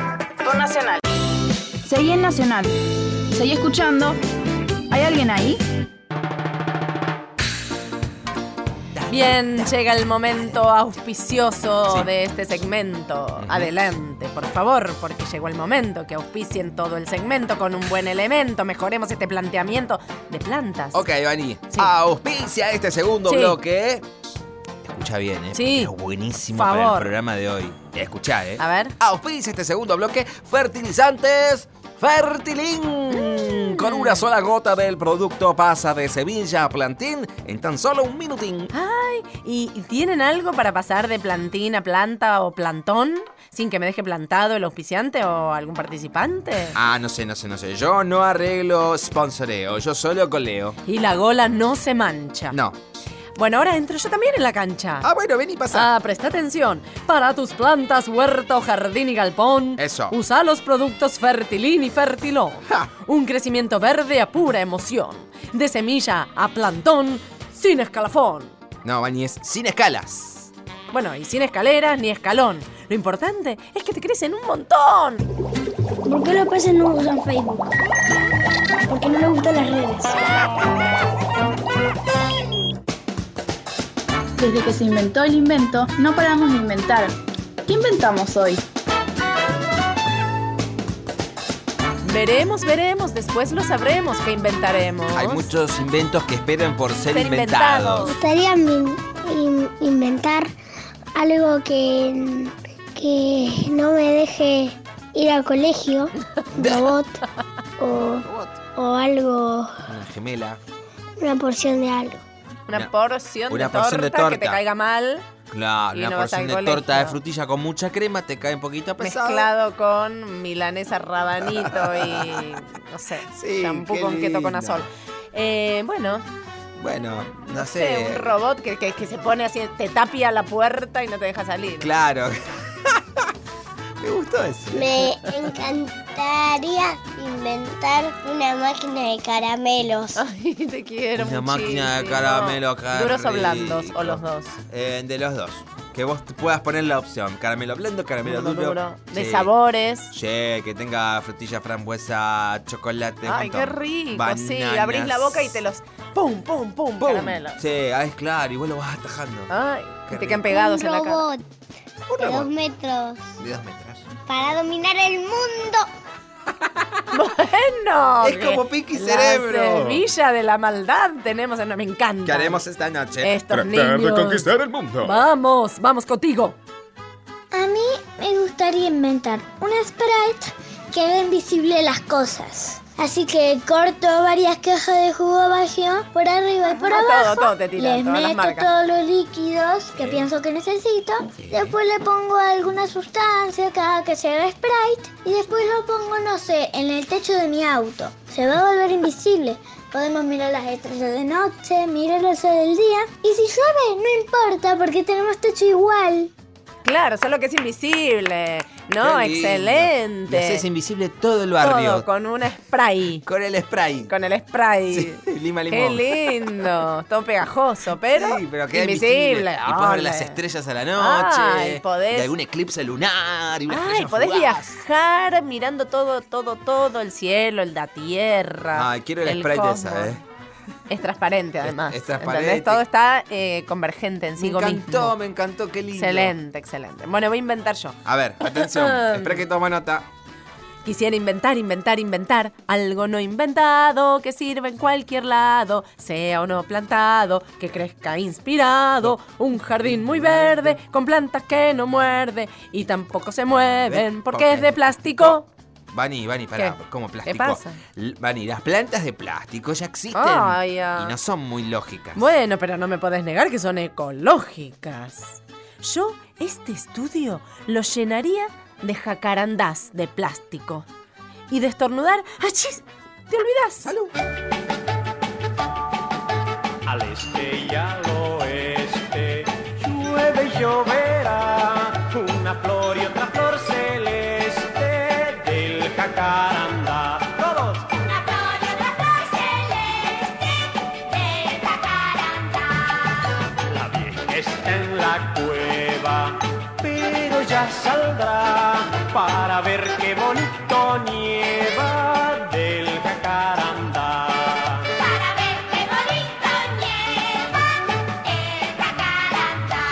Speaker 6: Por Nacional. Seguí en Nacional. Seguí escuchando. ¿Hay alguien ahí?
Speaker 2: Bien, llega el momento auspicioso de este segmento. Adelante, por favor, porque llegó el momento que auspicien todo el segmento con un buen elemento. Mejoremos este planteamiento de plantas.
Speaker 3: Ok, Vani. Auspicia este segundo
Speaker 2: Sí.
Speaker 3: bloque. Escucha bien, ¿eh?
Speaker 2: Sí.
Speaker 3: Es buenísimo
Speaker 2: Favor.
Speaker 3: para el programa de hoy. Escuchá, ¿eh?
Speaker 2: A ver.
Speaker 3: Auspicia este segundo bloque. Fertilizantes.
Speaker 2: Mm.
Speaker 3: Fertilín. Con una sola gota del producto pasa de semilla a plantín en tan solo un minutín.
Speaker 2: Ay, ¿y y tienen algo para pasar de plantín a planta o plantón sin que me deje plantado el auspiciante o algún participante?
Speaker 3: Ah, no sé, no sé, no sé. Yo no arreglo sponsoreo. Yo solo coleo.
Speaker 2: Y la gola no se mancha.
Speaker 3: No.
Speaker 2: Bueno, ahora entro yo también en la cancha.
Speaker 3: Ah, bueno, ven y pasa.
Speaker 2: Ah, presta atención. Para tus plantas, huerto, jardín y galpón,
Speaker 3: Eso.
Speaker 2: usa los productos Fertilín y Fertiló. Un crecimiento verde a pura emoción. De semilla a plantón, sin escalafón.
Speaker 3: No, Vani, es sin escalas.
Speaker 2: Bueno, y sin escaleras ni escalón. Lo importante es que te crecen un montón.
Speaker 5: ¿Por qué los peces no usan Facebook? Porque no les gustan las redes.
Speaker 6: Desde que se inventó el invento, no paramos de inventar. ¿Qué inventamos hoy?
Speaker 2: Veremos, veremos, después lo sabremos que inventaremos.
Speaker 3: Hay muchos inventos que esperan por ser,
Speaker 2: Ser
Speaker 3: inventados.
Speaker 2: inventados.
Speaker 5: Me gustaría in- in- inventar algo que, que no me deje ir al colegio, un robot o, o algo,
Speaker 3: Una gemela.
Speaker 5: una porción de algo.
Speaker 2: Una,
Speaker 3: Una-
Speaker 2: porción,
Speaker 3: una
Speaker 2: de,
Speaker 3: porción de
Speaker 2: torta que te
Speaker 3: torta.
Speaker 2: caiga mal,
Speaker 3: Claro,
Speaker 2: Y
Speaker 3: una
Speaker 2: no vas
Speaker 3: porción
Speaker 2: al
Speaker 3: de
Speaker 2: colegio.
Speaker 3: torta de frutilla con mucha crema te cae un poquito pesado.
Speaker 2: mezclado con milanesa rabanito y no sé,
Speaker 3: Sí,
Speaker 2: champú
Speaker 3: qué
Speaker 2: con keto con azol. Eh, bueno,
Speaker 3: Bueno, no
Speaker 2: no sé,
Speaker 3: sé.
Speaker 2: un robot que, que- que se pone así, te tapia la puerta y no te deja salir.
Speaker 3: Claro. Me gustó eso.
Speaker 5: Me encantaría inventar una máquina de caramelos.
Speaker 2: Ay, te quiero
Speaker 3: Una máquina de
Speaker 2: muchísimo.
Speaker 3: caramelo acá.
Speaker 2: Duros o blandos, o los dos.
Speaker 3: Eh, de los dos. Que vos te puedas poner la opción. Caramelo blando, caramelo
Speaker 2: Duro,
Speaker 3: duro.
Speaker 2: duro. De
Speaker 3: Sí.
Speaker 2: sabores.
Speaker 3: Che, que tenga frutilla, frambuesa, chocolate. un
Speaker 2: Ay, qué
Speaker 3: montón.
Speaker 2: rico. Sí,
Speaker 3: Bananas.
Speaker 2: abrís la boca y te los. ¡Pum, pum, pum!
Speaker 3: ¡Pum!
Speaker 2: Caramelo.
Speaker 3: Sí, ah, es claro, y vos lo vas atajando.
Speaker 2: Ay,
Speaker 3: Qué
Speaker 2: te quedan
Speaker 3: rico.
Speaker 2: pegados
Speaker 5: un
Speaker 2: en la cara.
Speaker 5: robot de
Speaker 3: robot.
Speaker 5: dos metros
Speaker 3: De dos metros.
Speaker 5: para dominar el mundo.
Speaker 2: Bueno.
Speaker 3: Es como Pinky Cerebro.
Speaker 2: La semilla de la maldad tenemos en... Me encanta.
Speaker 3: ¿Qué haremos esta noche?
Speaker 2: Estos niños.
Speaker 3: el mundo.
Speaker 2: Vamos, vamos contigo.
Speaker 5: A mí me gustaría inventar un sprite que haga invisible las cosas. Así que corto varias cajas de jugo vacío por arriba y por
Speaker 2: Todo,
Speaker 5: abajo.
Speaker 2: todo te tira,
Speaker 5: les
Speaker 2: todas las
Speaker 5: meto
Speaker 2: marcas.
Speaker 5: todos los líquidos que pienso que necesito. Después le pongo alguna sustancia cada que se haga Sprite. Y después lo pongo, no sé, en el techo de mi auto. Se va a volver invisible. Podemos mirar las estrellas de noche, mirar el sol del día. Y si llueve, no importa porque tenemos techo igual.
Speaker 2: Claro, solo que es invisible. No,
Speaker 3: Qué lindo.
Speaker 2: excelente.
Speaker 3: Y haces invisible todo el barrio.
Speaker 2: Todo con un spray.
Speaker 3: Con el spray.
Speaker 2: Con el spray.
Speaker 3: Lima
Speaker 2: Qué
Speaker 3: limón.
Speaker 2: lindo. Todo pegajoso, pero,
Speaker 3: Sí, pero queda
Speaker 2: invisible.
Speaker 3: invisible. Y poner
Speaker 2: Ole.
Speaker 3: las estrellas a la
Speaker 2: Ay,
Speaker 3: noche.
Speaker 2: podés-
Speaker 3: De algún eclipse lunar. Y una
Speaker 2: Ay,
Speaker 3: estrella
Speaker 2: podés
Speaker 3: fugaz.
Speaker 2: viajar mirando todo, todo, todo, el cielo, el- la tierra.
Speaker 3: Ay, quiero el, spray
Speaker 2: cosmos.
Speaker 3: de esa, ¿eh?
Speaker 2: Es transparente, además.
Speaker 3: es transparente.
Speaker 2: ¿entendés? Todo está eh, convergente en sí
Speaker 3: Me encantó, me encantó, qué lindo.
Speaker 2: Excelente, excelente. Bueno, voy a inventar yo.
Speaker 3: A ver, atención. Espera que toma nota.
Speaker 2: Quisiera inventar, inventar, inventar algo no inventado que sirva en cualquier lado, sea o no plantado, que crezca inspirado, un jardín muy verde con plantas que no muerde y tampoco se mueven porque es de plástico.
Speaker 3: Bani, Bani, pará, pues, como plástico.
Speaker 2: pasa?
Speaker 3: L- Bani, las plantas de plástico ya existen.
Speaker 2: Ay, ah.
Speaker 3: Y no son muy lógicas.
Speaker 2: Bueno, pero no me podés negar que son ecológicas. Yo este estudio lo llenaría de jacarandás de plástico. Y de estornudar, ¡achis! ¡Te olvidás! ¡Salud!
Speaker 13: Al este y al oeste llueve y lloverá. Una flor y otra flor celeste del jacarandá. Todos.
Speaker 12: Una flor y otra flor celeste del jacarandá.
Speaker 13: La vieja está en la cueva, pero ya saldrá para ver qué bonito nieva del jacarandá.
Speaker 12: Para ver qué bonito nieva el jacarandá.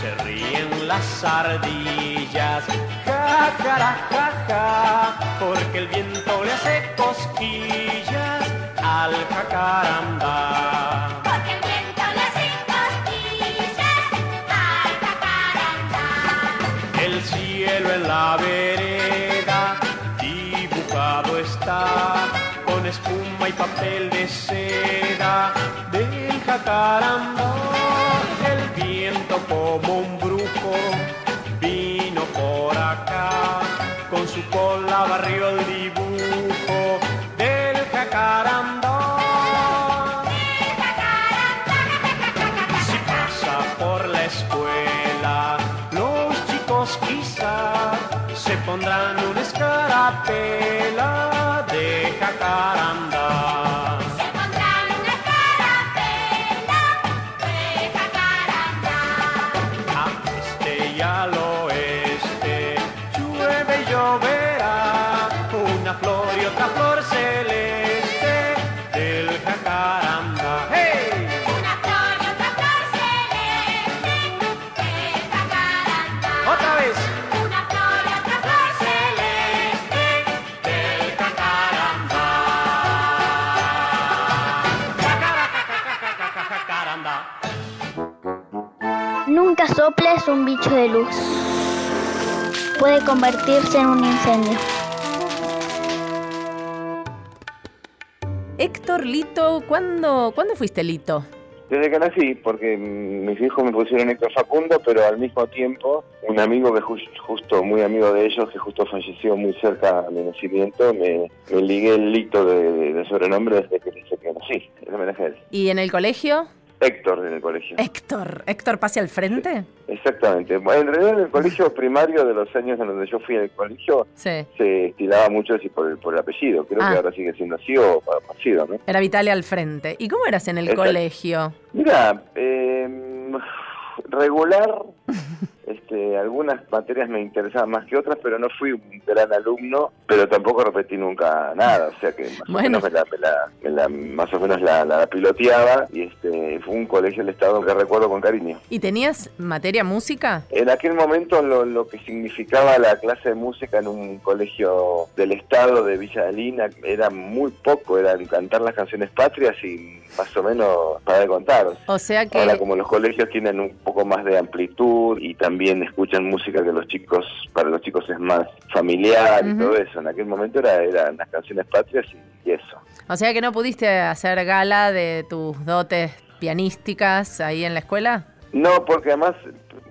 Speaker 13: Se ríen las ardillas, ja, jara, ja, ja, porque el viento le hace cosquillas al jacarandá.
Speaker 12: Porque el viento le hace cosquillas al jacarandá.
Speaker 13: El cielo en la vereda dibujado está con espuma y papel de seda del jacarandá. El viento como un brujo vino por acá con su cola barrió el dibujo del jacarandá. Si pasa por la escuela, los chicos quizá se pondrán una escarapela de jacaranda.
Speaker 12: Se pondrán una carapela de jacarandá.
Speaker 13: Al este y al oeste llueve y lloverá una flor y otra flor celeste del jacaranda. ¡Hey!
Speaker 12: Una flor y otra flor celeste del jacarandá.
Speaker 13: Otra vez.
Speaker 12: Una flor y otra flor celeste del
Speaker 13: Jacaranda.
Speaker 5: Nunca soples un bicho de luz.
Speaker 1: Puede convertirse en un incendio.
Speaker 2: Héctor Lito, ¿cuándo, ¿cuándo fuiste Lito?
Speaker 14: Desde que nací, porque mm, mis hijos me pusieron Héctor Facundo, pero al mismo tiempo un amigo que ju- justo, muy amigo de ellos, que justo falleció muy cerca a mi nacimiento, me, me ligué el lito de, de- de sobrenombre desde que, desde que nací. El homenaje a él.
Speaker 2: ¿Y en el colegio?
Speaker 14: Héctor en el colegio.
Speaker 2: Héctor, Héctor pase al frente.
Speaker 14: Exactamente. Bueno, en realidad en el colegio primario de los años en donde yo fui al colegio
Speaker 2: Sí.
Speaker 14: se estilaba mucho así por, el- por el apellido. Creo
Speaker 2: Ah.
Speaker 14: que ahora sigue siendo así o pa- parecido, ¿no?
Speaker 2: Era Vitalia al frente. ¿Y cómo eras en
Speaker 14: Este-
Speaker 2: el
Speaker 14: Exacto.
Speaker 2: colegio?
Speaker 14: Mira, eh, regular, em, este, eh, algunas materias me interesaban más que otras, pero no fui un gran alumno, pero tampoco repetí nunca nada, o sea que más
Speaker 2: Bueno.
Speaker 14: o menos me la, me la- me la- más o menos la, la piloteaba y este fue un colegio del Estado que recuerdo con cariño.
Speaker 2: ¿Y tenías materia música?
Speaker 14: En aquel momento lo, lo que significaba la clase de música en un colegio del estado de Villa Alina era muy poco, eran cantar las canciones patrias y más o menos para de contar.
Speaker 2: O sea que...
Speaker 14: Ahora como los colegios tienen un poco más de amplitud y también escuchan música que los chicos, para los chicos es más familiar y
Speaker 2: Ujú.
Speaker 14: todo eso, en aquel momento era, eran las canciones patrias y, y eso.
Speaker 2: O sea que no pudiste hacer gala de tus dotes pianísticas ahí en la escuela.
Speaker 14: No, porque además,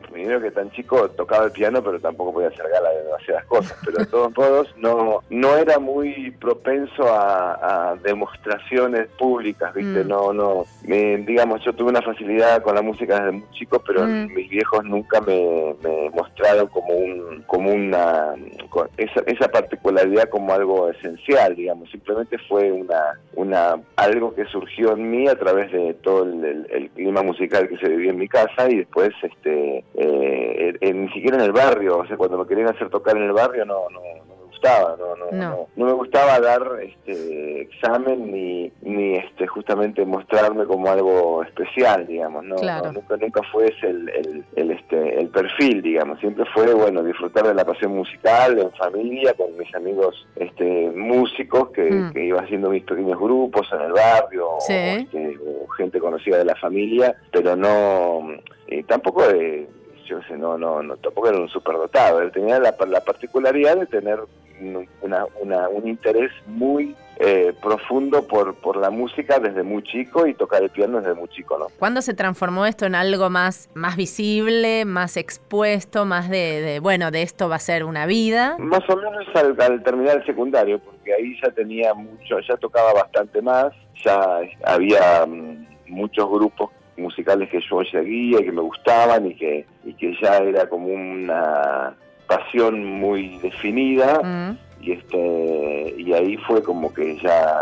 Speaker 14: primero que tan chico tocaba el piano, pero tampoco podía hacer gala de demasiadas cosas. Pero de todos modos, no, no era muy propenso a, a demostraciones públicas, ¿viste?
Speaker 7: Mm.
Speaker 14: No, no. Me- digamos, yo tuve una facilidad con la música desde muy chico, pero
Speaker 7: Mm.
Speaker 14: mis viejos nunca me, me mostraron como un como una con esa, esa particularidad como algo esencial digamos simplemente fue una una algo que surgió en mí a través de todo el, el- el clima musical que se vivía en mi casa y después este eh, en- ni siquiera en el barrio o sea cuando me querían hacer tocar en el barrio no no, no me gustaba no no
Speaker 2: No.
Speaker 14: no me gustaba dar este examen ni, ni este justamente mostrarme como algo especial digamos no,
Speaker 2: Claro.
Speaker 14: no, nunca nunca fue ese el, el, el, este el perfil digamos siempre fue bueno disfrutar de la pasión musical en familia con mis amigos este músicos que,
Speaker 7: Mm.
Speaker 14: que iba haciendo mis pequeños grupos en el barrio o,
Speaker 7: Sí.
Speaker 14: este, o gente conocida de la familia pero no eh, tampoco de yo qué sé, no, no, no, tampoco era un superdotado, él tenía la, la particularidad de tener un- una, una- un interés muy eh, profundo por, por la música desde muy chico y tocar el piano desde muy chico, ¿no?
Speaker 2: ¿Cuándo se transformó esto en algo más, más visible, más expuesto, más de, de, bueno, de esto va a ser una vida?
Speaker 14: Más o menos al, al terminar el secundario, porque ahí ya tenía mucho, ya tocaba bastante más, ya había mm, muchos grupos musicales que yo seguía y que me gustaban y que, y que ya era como una pasión muy definida. y este y ahí fue como que ya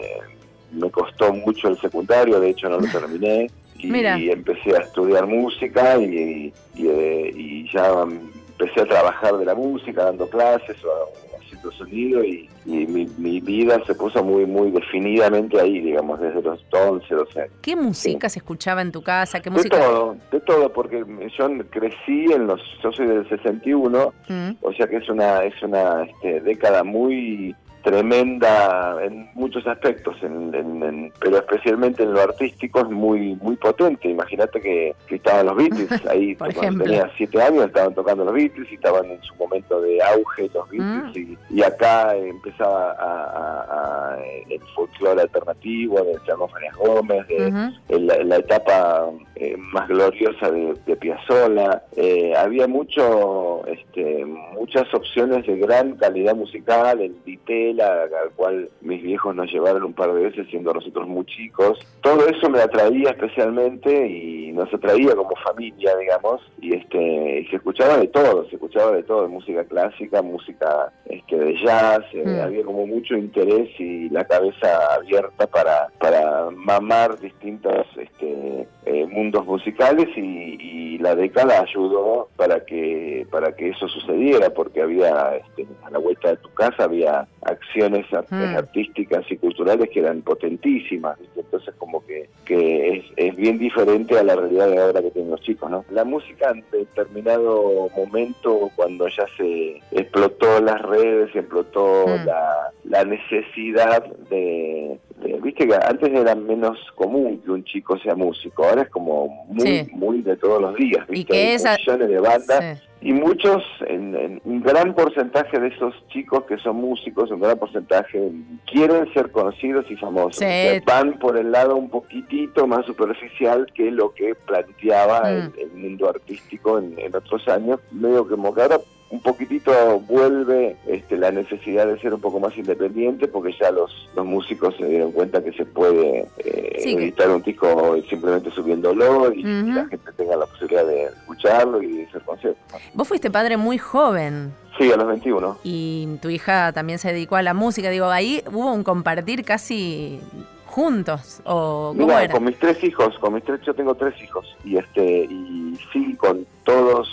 Speaker 14: eh, me costó mucho el secundario de hecho no lo terminé y,
Speaker 2: Mira.
Speaker 14: empecé a estudiar música y, y, eh, y ya empecé a trabajar de la música dando clases o haciendo sonido y, y mi, mi vida se puso muy muy definidamente ahí digamos desde los 11 12 años
Speaker 2: ¿Qué música se escuchaba en tu casa? ¿Qué
Speaker 14: de
Speaker 2: música?
Speaker 14: todo de todo porque yo crecí en los yo soy del 61
Speaker 2: Mm.
Speaker 14: o sea que es una es una este, década muy tremenda en muchos aspectos, en- en- en- pero especialmente en lo artístico es muy muy potente. Imagínate que, que estaban los Beatles ahí,
Speaker 7: Por
Speaker 14: cuando
Speaker 7: ejemplo.
Speaker 14: tenía siete años estaban tocando los Beatles y estaban en su momento de auge
Speaker 7: Ah.
Speaker 14: los Beatles y, y acá eh, empezaba a, a- a- el folclore alternativo de Chacófanes Gómez, de,
Speaker 10: Uhum.
Speaker 14: en la, en la etapa eh, más gloriosa de, de Piazzolla. Eh, había mucho, este, muchas opciones de gran calidad musical, el Ditela, al cual mis viejos nos llevaron un par de veces siendo nosotros muy chicos. Todo eso me atraía especialmente y nos atraía como familia, digamos, y este, y se escuchaba de todo, se escuchaba de todo, música clásica, música este, de jazz, eh,
Speaker 7: Mm.
Speaker 14: había como mucho interés y la cabeza abierta para, para mamar distintos este, eh, mundos musicales y, y la década ayudó para que para que eso sucediera porque había este, a la vuelta de tu casa había acciones ar- eh,
Speaker 7: Mm.
Speaker 14: artísticas y culturales que eran potentísimas ¿viste? entonces como que, que es, es bien diferente a la realidad de ahora que tienen los chicos no la música en determinado momento cuando ya se explotó las redes y explotó la, la necesidad de, de- viste que antes era menos común que un chico sea músico ahora es como muy
Speaker 2: Sí.
Speaker 14: muy de todos los días
Speaker 2: Y
Speaker 14: viste
Speaker 2: que
Speaker 14: Hay
Speaker 2: esa-
Speaker 14: millones de bandas
Speaker 2: Sí.
Speaker 14: y muchos, en, en un gran porcentaje de esos chicos que son músicos, un gran porcentaje quieren ser conocidos y famosos.
Speaker 7: Sí.
Speaker 14: O sea, van por el lado un poquitito más superficial que lo que planteaba el, el mundo artístico en, en otros años. Medio que como que ahora un poquitito vuelve este, la necesidad de ser un poco más independiente porque ya los, los músicos se dieron cuenta que se puede eh,
Speaker 2: Sí, Mm. que-
Speaker 14: editar un disco simplemente subiéndolo y
Speaker 2: Ujú.
Speaker 14: la gente tenga la posibilidad de escucharlo y de hacer conciertos.
Speaker 2: Vos fuiste padre muy joven
Speaker 14: Sí, a los 21.
Speaker 2: y tu hija también se dedicó a la música. Digo, ahí hubo un compartir casi juntos. ¿O cómo
Speaker 14: Mira,
Speaker 2: era?
Speaker 14: con mis tres hijos, con mis tres, yo tengo tres hijos y este y sí, con todos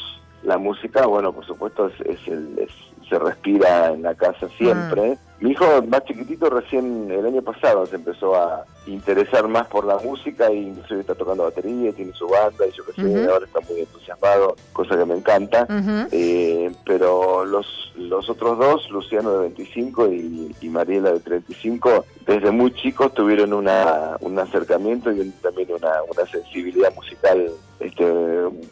Speaker 14: La música, bueno, por supuesto, es, es el- es- se respira en la casa siempre.
Speaker 2: Mm.
Speaker 14: Mi hijo más chiquitito recién el año pasado se empezó a interesar más por la música y inclusive está tocando batería, tiene su banda y yo que sé,
Speaker 7: Ujú.
Speaker 14: ahora está muy entusiasmado, cosa que me encanta.
Speaker 7: Ujú.
Speaker 14: Eh, pero los, los otros dos, Luciano de 25 y, y Mariela de 35, desde muy chicos tuvieron una, un acercamiento y un- también una, una sensibilidad musical este,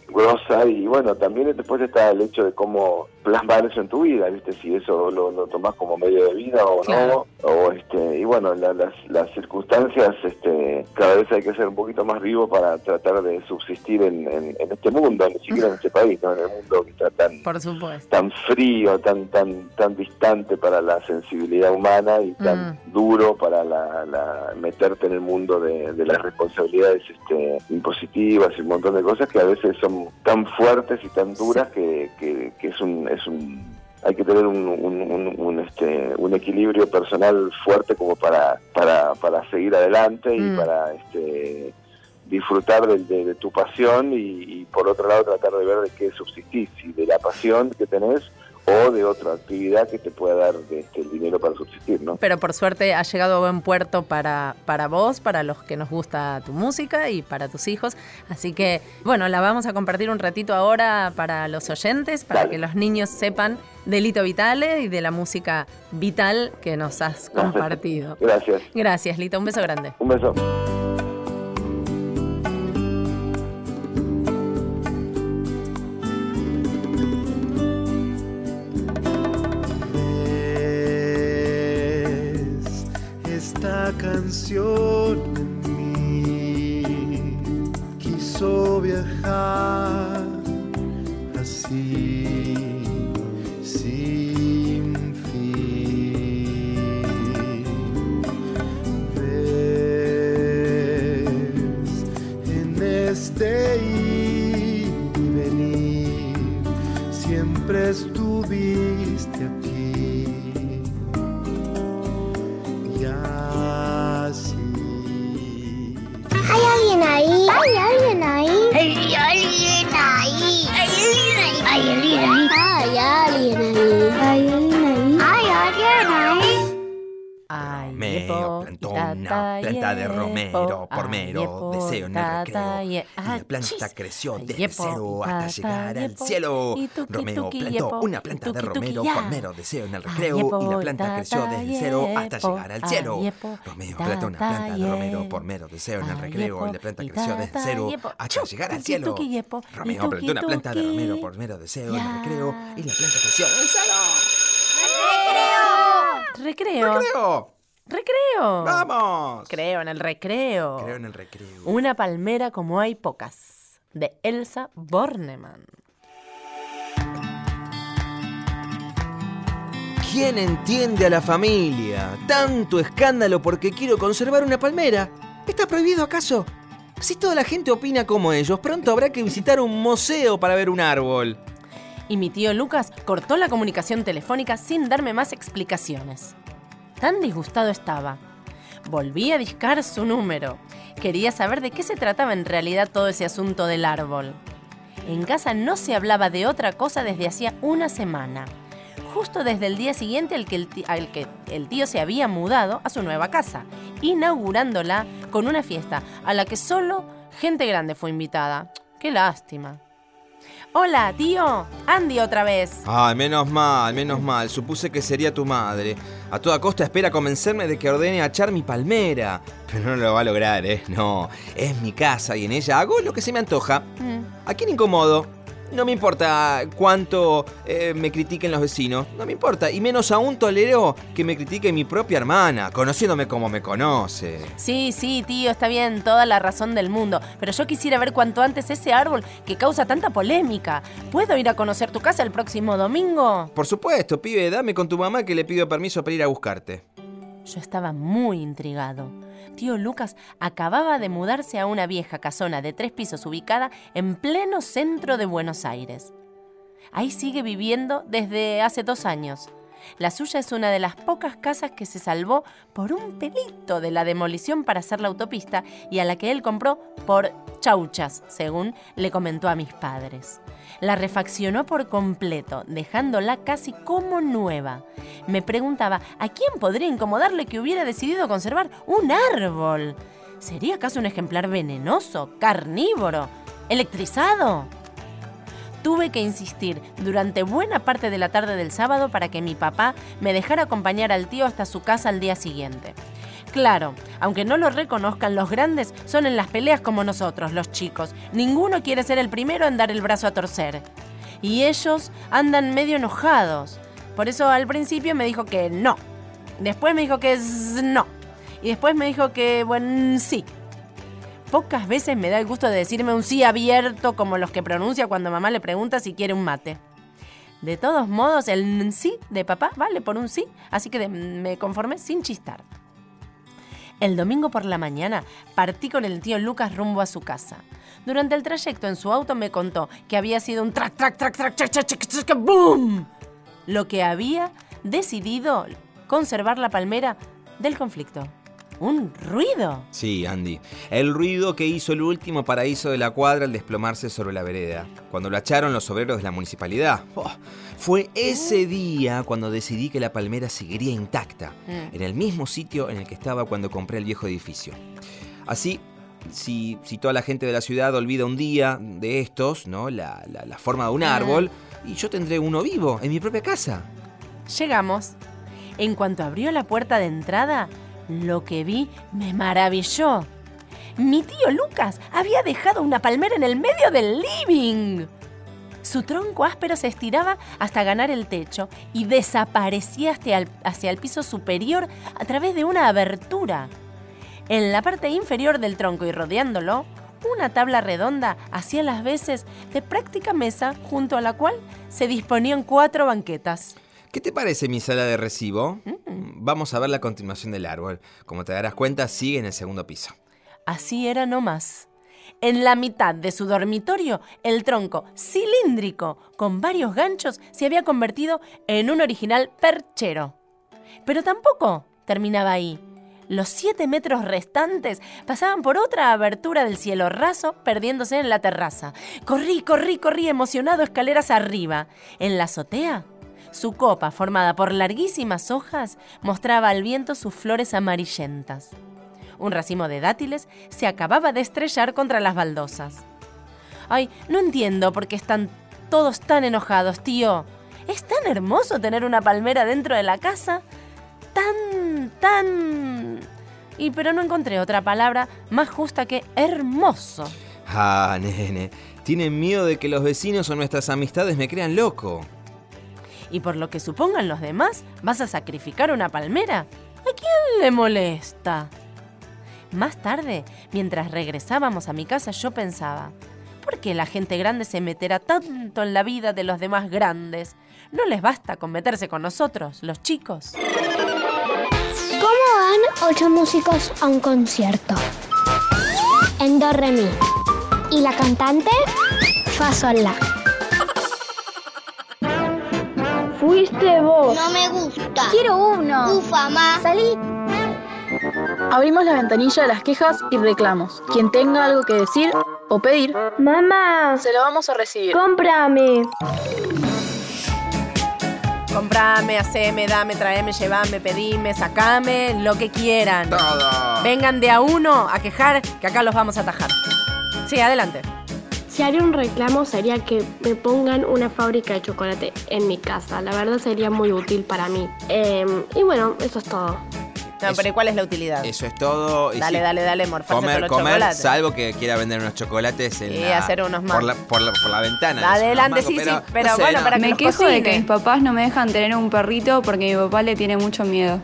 Speaker 14: grosa. Y bueno, también después está el hecho de cómo plasmar eso en tu vida, ¿viste? Si eso lo, lo tomás como medio de vida o
Speaker 7: Claro.
Speaker 14: no. O este, y bueno, la- las, las circunstancias, este, cada vez hay que ser un poquito más vivo para tratar de subsistir en, en- en este mundo, ni siquiera en este país, ¿no? En el mundo que está tan
Speaker 2: Por supuesto.
Speaker 14: tan frío, tan tan tan distante para la sensibilidad humana y
Speaker 2: Mm.
Speaker 14: tan duro para la, la- meterte en el mundo de, de las responsabilidades este, impositivas y un montón de cosas que a veces son tan fuertes y tan duras que, que- que es un es un hay que tener un, un, un- un, este, un equilibrio personal fuerte como para para, para seguir adelante y
Speaker 7: Mm.
Speaker 14: para este disfrutar del- de, de tu pasión y, y por otro lado tratar de ver de qué subsistís, si de la pasión que tenés o de otra actividad que te pueda dar este, el dinero para subsistir, ¿no?
Speaker 2: Pero por suerte ha llegado a buen puerto para, para vos, para los que nos gusta tu música y para tus hijos. Así que, bueno, la vamos a compartir un ratito ahora para los oyentes, para que los niños sepan del Lito Vitale y de la música vital que nos has compartido.
Speaker 14: Gracias.
Speaker 2: Gracias, Lito. Un beso grande.
Speaker 14: Un beso.
Speaker 15: es esta canción en mí. Quiso viajar así, sin fin. Ves en este ir y venir, siempre estuviste aquí y así.
Speaker 5: ¿Hay alguien ahí? ¿Hay alguien ahí?
Speaker 7: ¿Hay
Speaker 5: alguien ahí?
Speaker 7: ¿Hay alguien ahí?
Speaker 5: ¿Hay alguien ahí? ¿Hay alguien ahí? ¿Hay alguien ahí?
Speaker 3: Romero, plantona, planta de romero, pormero, deseo en el recreo. Y
Speaker 2: ah,
Speaker 3: la planta Este creció desde
Speaker 2: yepo,
Speaker 3: cero hasta
Speaker 2: tata,
Speaker 3: llegar al
Speaker 2: yepo.
Speaker 3: cielo.
Speaker 2: Y tuki,
Speaker 3: Romeo
Speaker 2: tuki,
Speaker 3: plantó
Speaker 2: yepo.
Speaker 3: una planta de
Speaker 2: Tuki, tuki,
Speaker 3: romero,
Speaker 2: ya.
Speaker 3: pormero, deseo en el
Speaker 2: Ah,
Speaker 3: recreo. Y la
Speaker 2: yepo,
Speaker 3: planta
Speaker 2: tata,
Speaker 3: creció desde cero hasta
Speaker 2: yepo,
Speaker 3: llegar al
Speaker 2: ah,
Speaker 3: cielo.
Speaker 2: yepo,
Speaker 3: Romeo
Speaker 2: tata,
Speaker 3: plantó una planta de romero,
Speaker 2: ye.
Speaker 3: pormero, deseo en el
Speaker 2: Ah,
Speaker 3: recreo. Y
Speaker 2: yepo,
Speaker 3: la planta
Speaker 2: y
Speaker 3: creció desde
Speaker 2: tata,
Speaker 3: cero
Speaker 2: yepo.
Speaker 3: hasta
Speaker 2: Chu,
Speaker 3: llegar al
Speaker 2: tuki,
Speaker 3: cielo.
Speaker 2: tuki, yepo. Y
Speaker 3: Romeo
Speaker 2: tuki,
Speaker 3: plantó una planta de
Speaker 2: tuki.
Speaker 3: romero, pormero, deseo en el
Speaker 2: Ya.
Speaker 3: recreo. Y la planta creció desde cero. Recreo.
Speaker 2: Recreo. Recreo.
Speaker 3: Vamos.
Speaker 2: Creo en el recreo.
Speaker 3: Creo en el recreo.
Speaker 2: Una palmera como hay pocas. De Elsa Bornemann.
Speaker 16: ¿Quién entiende a la familia? Tanto escándalo porque quiero conservar una palmera. ¿Está prohibido acaso? Si toda la gente opina como ellos, pronto habrá que visitar un museo para ver un árbol.
Speaker 2: Y mi tío Lucas cortó la comunicación telefónica sin darme más explicaciones. Tan disgustado estaba. Volví a discar su número. Quería saber de qué se trataba en realidad todo ese asunto del árbol. En casa no se hablaba de otra cosa desde hacía una semana. Justo desde el día siguiente al que el ti- al que el tío se había mudado a su nueva casa, inaugurándola con una fiesta a la que solo gente grande fue invitada. ¡Qué lástima! Hola, tío. Andy otra vez.
Speaker 3: Ay, menos mal, menos mal. Supuse que sería tu madre. A toda costa espera convencerme de que ordene achar mi palmera. Pero no lo va a lograr, ¿eh? No. Es mi casa y en ella hago lo que se me antoja. ¿A quién incomodo? No me importa cuánto eh, me critiquen los vecinos. No me importa. Y menos aún tolero que me critique mi propia hermana, conociéndome como me conoce.
Speaker 2: Sí, sí, tío, está bien, toda la razón del mundo. Pero yo quisiera ver cuanto antes ese árbol que causa tanta polémica. ¿Puedo ir a conocer tu casa el próximo domingo?
Speaker 3: Por supuesto, pibe, dame con tu mamá que le pido permiso para ir a buscarte.
Speaker 2: Yo estaba muy intrigado. Tío Lucas acababa de mudarse a una vieja casona de tres pisos ubicada en pleno centro de Buenos Aires. Ahí sigue viviendo desde hace dos años. La suya es una de las pocas casas que se salvó por un pelito de la demolición para hacer la autopista y a la que él compró por chauchas, según le comentó a mis padres. La refaccionó por completo, dejándola casi como nueva. Me preguntaba, ¿a quién podría incomodarle que hubiera decidido conservar un árbol? ¿Sería acaso un ejemplar venenoso, carnívoro, electrizado? Tuve que insistir durante buena parte de la tarde del sábado para que mi papá me dejara acompañar al tío hasta su casa al día siguiente. Claro, aunque no lo reconozcan, los grandes son en las peleas como nosotros, los chicos. Ninguno quiere ser el primero en dar el brazo a torcer. Y ellos andan medio enojados. Por eso al principio me dijo que no. Después me dijo que s- no. Y después me dijo que, bueno, sí. Pocas veces me da el gusto de decirme un sí abierto como los que pronuncia cuando mamá le pregunta si quiere un mate. De todos modos, el sí de papá vale por un sí, así que de- me conformé sin chistar. El domingo por la mañana partí con el tío Lucas rumbo a su casa. Durante el trayecto en su auto me contó que había sido un track, track, track, track, track, track, track, track, track, boom. Lo que había decidido conservar la palmera del conflicto. Un ruido.
Speaker 3: Sí, Andy. El ruido que hizo el último paraíso de la cuadra al desplomarse sobre la vereda, cuando lo acharon los obreros de la municipalidad. Oh, fue ese día cuando decidí que la palmera seguiría intacta,
Speaker 16: Mm.
Speaker 3: en el mismo sitio en el que estaba cuando compré el viejo edificio. Así, si, si toda la gente de la ciudad olvida un día de estos, ¿no? La, la- la forma de un
Speaker 2: Mm.
Speaker 3: árbol, y yo tendré uno vivo, en mi propia casa.
Speaker 2: Llegamos. En cuanto abrió la puerta de entrada, lo que vi me maravilló. Mi tío Lucas había dejado una palmera en el medio del living. Su tronco áspero se estiraba hasta ganar el techo y desaparecía hacia el, hacia el piso superior a través de una abertura. En la parte inferior del tronco y rodeándolo, una tabla redonda hacía las veces de práctica mesa junto a la cual se disponían cuatro banquetas.
Speaker 3: ¿Qué te parece mi sala de recibo? Vamos a ver la continuación del árbol. Como te darás cuenta, sigue en el segundo piso.
Speaker 2: Así era nomás. En la mitad de su dormitorio, el tronco cilíndrico con varios ganchos se había convertido en un original perchero. Pero tampoco terminaba ahí. Los siete metros restantes pasaban por otra abertura del cielo raso, perdiéndose en la terraza. Corrí, corrí, corrí, emocionado, escaleras arriba. En la azotea, su copa, formada por larguísimas hojas, mostraba al viento sus flores amarillentas. Un racimo de dátiles se acababa de estrellar contra las baldosas. Ay, no entiendo por qué están todos tan enojados, tío. Es tan hermoso tener una palmera dentro de la casa. Tan, tan... Y pero no encontré otra palabra más justa que hermoso.
Speaker 3: Ah, nene. Tienen miedo de que los vecinos o nuestras amistades me crean loco.
Speaker 2: Y por lo que supongan los demás, ¿vas a sacrificar una palmera? ¿A quién le molesta? Más tarde, mientras regresábamos a mi casa, yo pensaba, ¿por qué la gente grande se meterá tanto en la vida de los demás grandes? ¿No les basta con meterse con nosotros, los chicos?
Speaker 5: ¿Cómo van ocho músicos a un concierto? En do re mi. ¿Y la cantante? Fa sol la.
Speaker 7: Fuiste vos. No me gusta. Quiero uno. Ufa, ma. Salí.
Speaker 17: Abrimos la ventanilla de las quejas y reclamos. Quien tenga algo que decir o pedir, mamá, se lo vamos a recibir.
Speaker 2: ¡Cómprame! Comprame, haceme, dame, traeme, llevame, pedime, sacame, lo que quieran. Vengan de a uno a quejar que acá los vamos a atajar. Sí, adelante.
Speaker 18: Si haría un reclamo sería que me pongan una fábrica de chocolate en mi casa. La verdad sería muy útil para mí. Eh, y bueno, eso es todo.
Speaker 2: No, pero ¿y ¿cuál es la utilidad?
Speaker 3: Eso es todo. Y
Speaker 2: Dale,
Speaker 3: sí,
Speaker 2: dale, dale, morfarse todos
Speaker 3: Comer,
Speaker 2: los
Speaker 3: comer,
Speaker 2: chocolates.
Speaker 3: salvo que quiera vender unos chocolates en
Speaker 2: Y
Speaker 3: la-
Speaker 2: hacer unos más.
Speaker 3: por la, por la- por la ventana.
Speaker 6: Adelante,
Speaker 3: Unos
Speaker 6: sí,
Speaker 3: mangos,
Speaker 6: sí, pero
Speaker 3: no sé,
Speaker 6: bueno,
Speaker 3: no.
Speaker 6: me quejo de que mis papás no me dejan tener un perrito porque mi papá le tiene mucho miedo.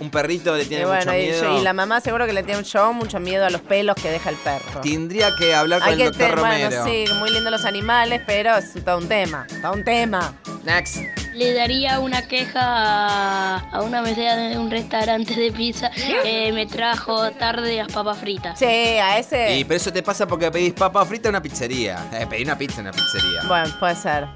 Speaker 3: Un perrito le tiene
Speaker 2: y bueno,
Speaker 3: mucho
Speaker 2: y,
Speaker 3: miedo.
Speaker 2: y la mamá seguro que le tiene yo mucho miedo a los pelos que deja el perro.
Speaker 3: Tendría que hablar con
Speaker 2: Hay
Speaker 3: el
Speaker 2: que
Speaker 3: doctor
Speaker 2: tener,
Speaker 3: Romero.
Speaker 2: bueno, sí, muy lindo los animales, pero es todo un tema, todo un tema. Next.
Speaker 19: Le daría una queja a, a una mesera de un restaurante de pizza que me trajo tarde las papas fritas.
Speaker 2: Sí, a ese.
Speaker 3: Y pero eso te pasa porque pedís papa frita en una pizzería. Eh, pedí una pizza en una pizzería.
Speaker 2: Bueno, puede ser.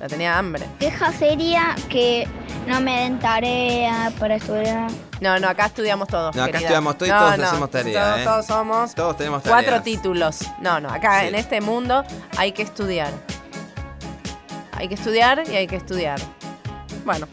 Speaker 2: La tenía hambre.
Speaker 20: Queja sería que
Speaker 1: No me den tarea para estudiar.
Speaker 2: No, no, acá estudiamos todos.
Speaker 3: No, acá
Speaker 2: querida.
Speaker 3: estudiamos todos y
Speaker 2: No,
Speaker 3: todos
Speaker 2: no,
Speaker 3: hacemos tarea.
Speaker 2: Todos,
Speaker 3: ¿eh?
Speaker 2: todos somos
Speaker 3: Todos tenemos tarea.
Speaker 2: cuatro títulos. No, no, acá en este mundo hay que estudiar. Hay que estudiar y hay que estudiar. Bueno,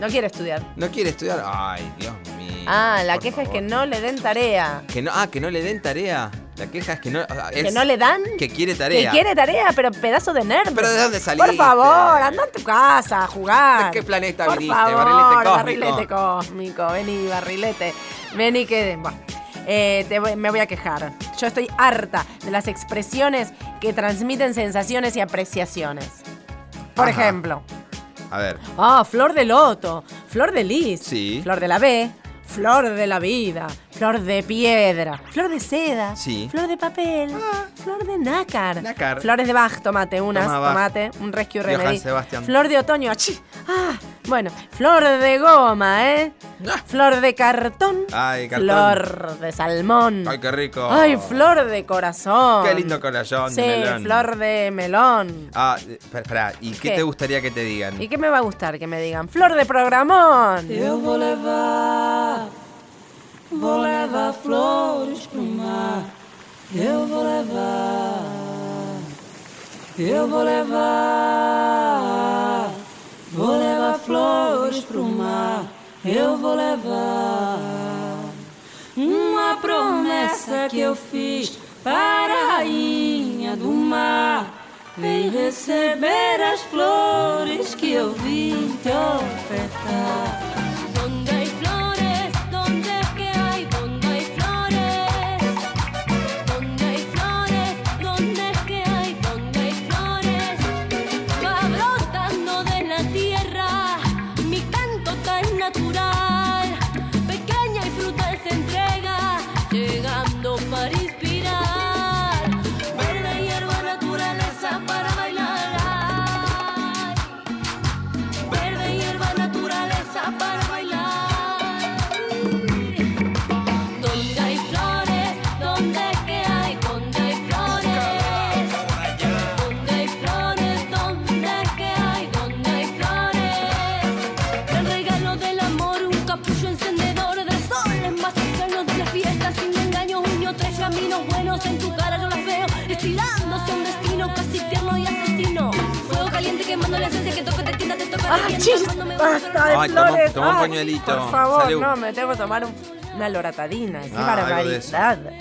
Speaker 2: no quiere estudiar.
Speaker 3: ¿No quiere estudiar? Ay, Dios mío.
Speaker 2: Ah, la queja es que no le den tarea.
Speaker 3: Que no, ah, que no le den tarea. La queja es que no. ah,
Speaker 2: ¿Que
Speaker 3: es-
Speaker 2: no le dan?
Speaker 3: Que quiere tarea.
Speaker 2: Que quiere tarea, pero pedazo de nerd.
Speaker 3: Pero ¿de dónde
Speaker 2: Por
Speaker 3: saliste?
Speaker 2: favor, anda a tu casa a jugar.
Speaker 3: ¿De qué planeta
Speaker 2: Por
Speaker 3: viniste?
Speaker 2: favor,
Speaker 3: Barrilete cósmico.
Speaker 2: barrilete cósmico. Vení, barrilete. Vení que... Bueno, eh, te voy- me voy a quejar. Yo estoy harta de las expresiones que transmiten sensaciones y apreciaciones. Por
Speaker 3: Ajá.
Speaker 2: ejemplo,
Speaker 3: A ver.
Speaker 2: ah, flor de loto, flor de lis,
Speaker 3: Sí.
Speaker 2: flor de la B, flor de la vida, flor de piedra, flor de seda,
Speaker 3: Sí.
Speaker 2: Flor de papel. Flor de nácar.
Speaker 3: Ah. Nácar.
Speaker 2: Flor de Bach, tomate, unas,
Speaker 3: Toma, Bach.
Speaker 2: tomate, un rescue
Speaker 3: Johann
Speaker 2: remedy.
Speaker 3: Sebastian.
Speaker 2: Flor de otoño, achí. Ah, bueno, flor de goma, ¿eh? Flor de cartón.
Speaker 3: Ah. Ay, cartón.
Speaker 2: Flor de salmón.
Speaker 3: Ay, qué rico.
Speaker 2: Ay, flor de corazón.
Speaker 3: Qué lindo corazón
Speaker 2: Sí,
Speaker 3: de melón.
Speaker 2: flor de melón.
Speaker 3: Ah, espera, espera, ¿y qué,
Speaker 2: ¿Qué?
Speaker 3: te gustaría que te digan?
Speaker 2: ¿Y qué me va a gustar que me digan? Flor de programón.
Speaker 10: Eu vou levar, vou levar flores pro mar. Eu vou levar, eu vou levar, vou levar flores pro mar. Eu vou levar uma promessa que eu fiz para a rainha do mar. Vem receber as flores que eu vim te ofertar.
Speaker 4: Donde hay flores, donde es que hay, donde hay flores. Donde hay flores, donde es que hay, donde hay flores. Va brotando de la tierra mi canto tan natural. Pequeña y frutal se entrega, llegando para inspirar. Verde hierba naturaleza para bailar. Verde hierba naturaleza para bailar. Donde hay flores, donde es que hay, donde hay flores. Donde hay flores, donde es que hay, donde hay flores. El regalo del amor, un capullo encendedor de soles más cercanos de las fiestas sin engaños. Unió tres caminos buenos en tu cara, yo las veo estirándose a un destino casi tierno y asesino. Fuego caliente quemando la esencia que toca te tienda, te toca
Speaker 2: Ah,
Speaker 4: te
Speaker 2: chis,
Speaker 4: tienda. Cuando me
Speaker 2: basta de
Speaker 3: Ay, toma-
Speaker 2: flores.
Speaker 3: toma un
Speaker 2: Ay,
Speaker 3: pañuelito.
Speaker 2: Por favor,
Speaker 3: Salud.
Speaker 2: no, me tengo que tomar un- una loratadina. Qué
Speaker 3: Ah, algo de eso.
Speaker 2: barbaridad.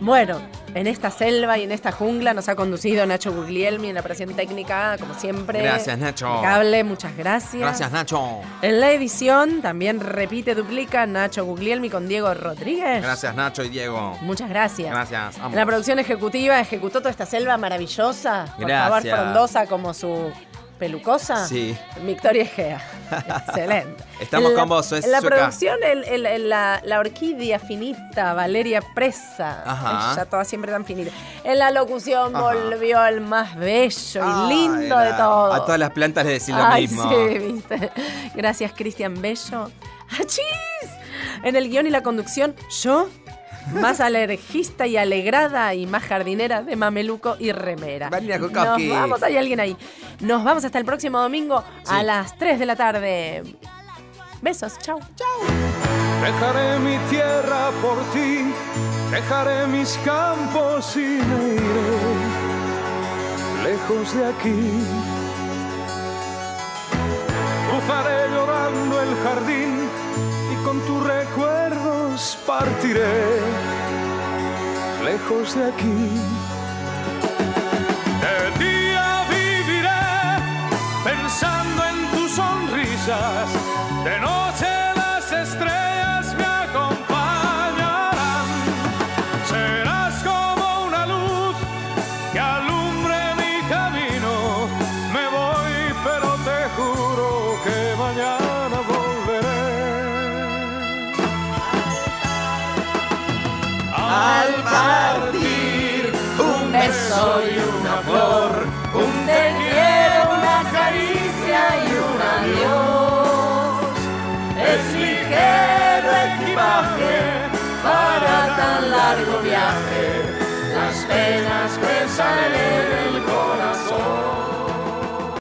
Speaker 2: Bueno, en esta selva y en esta jungla nos ha conducido Nacho Guglielmi en la operación técnica, como siempre.
Speaker 3: Gracias, Nacho.
Speaker 2: Impecable, muchas gracias.
Speaker 3: Gracias, Nacho.
Speaker 2: En la edición también repite, duplica Nacho Guglielmi con Diego Rodríguez.
Speaker 3: Gracias, Nacho y Diego.
Speaker 2: Muchas gracias.
Speaker 3: Gracias. ambos.
Speaker 2: En la producción ejecutiva ejecutó toda esta selva maravillosa. Por favor,
Speaker 3: Gracias.
Speaker 2: frondosa como su pelucosa.
Speaker 3: Sí.
Speaker 2: Victoria Egea. Excelente.
Speaker 3: Estamos
Speaker 2: En la-
Speaker 3: con vos, es
Speaker 2: En la
Speaker 3: Zucca.
Speaker 2: producción, el- el- el- la, la orquídea finita, Valeria Presa.
Speaker 3: Ajá.
Speaker 2: Ella toda siempre tan finita. En la locución
Speaker 3: Ajá. Ah,
Speaker 2: volvió el más bello y lindo
Speaker 3: Ay,
Speaker 2: de
Speaker 3: la-
Speaker 2: todos.
Speaker 3: A todas las plantas les decís lo
Speaker 2: Ay,
Speaker 3: mismo.
Speaker 2: sí, viste. Gracias, Cristian Bello. ¡Achís! En el guión y la conducción, yo, más alergista y alegrada y más jardinera de mameluco y remera.
Speaker 3: Vanina
Speaker 2: Nos
Speaker 3: Kukowski.
Speaker 2: vamos, hay alguien ahí. Nos vamos hasta el próximo domingo a las 3 de la tarde. Besos, chau.
Speaker 21: Dejaré mi tierra por ti, dejaré mis campos y me iré lejos de aquí. Cruzaré llorando el jardín y con tus recuerdos partiré lejos de aquí. De día viviré pensando en tus sonrisas. De noche las estrellas me acompañarán. Serás como una luz que alumbre mi camino. Me voy, pero te juro que mañana volveré. Al partir un beso y una flor, un te quiero, una caricia y un adiós. Es ligero equipaje para tan largo viaje, las penas que salen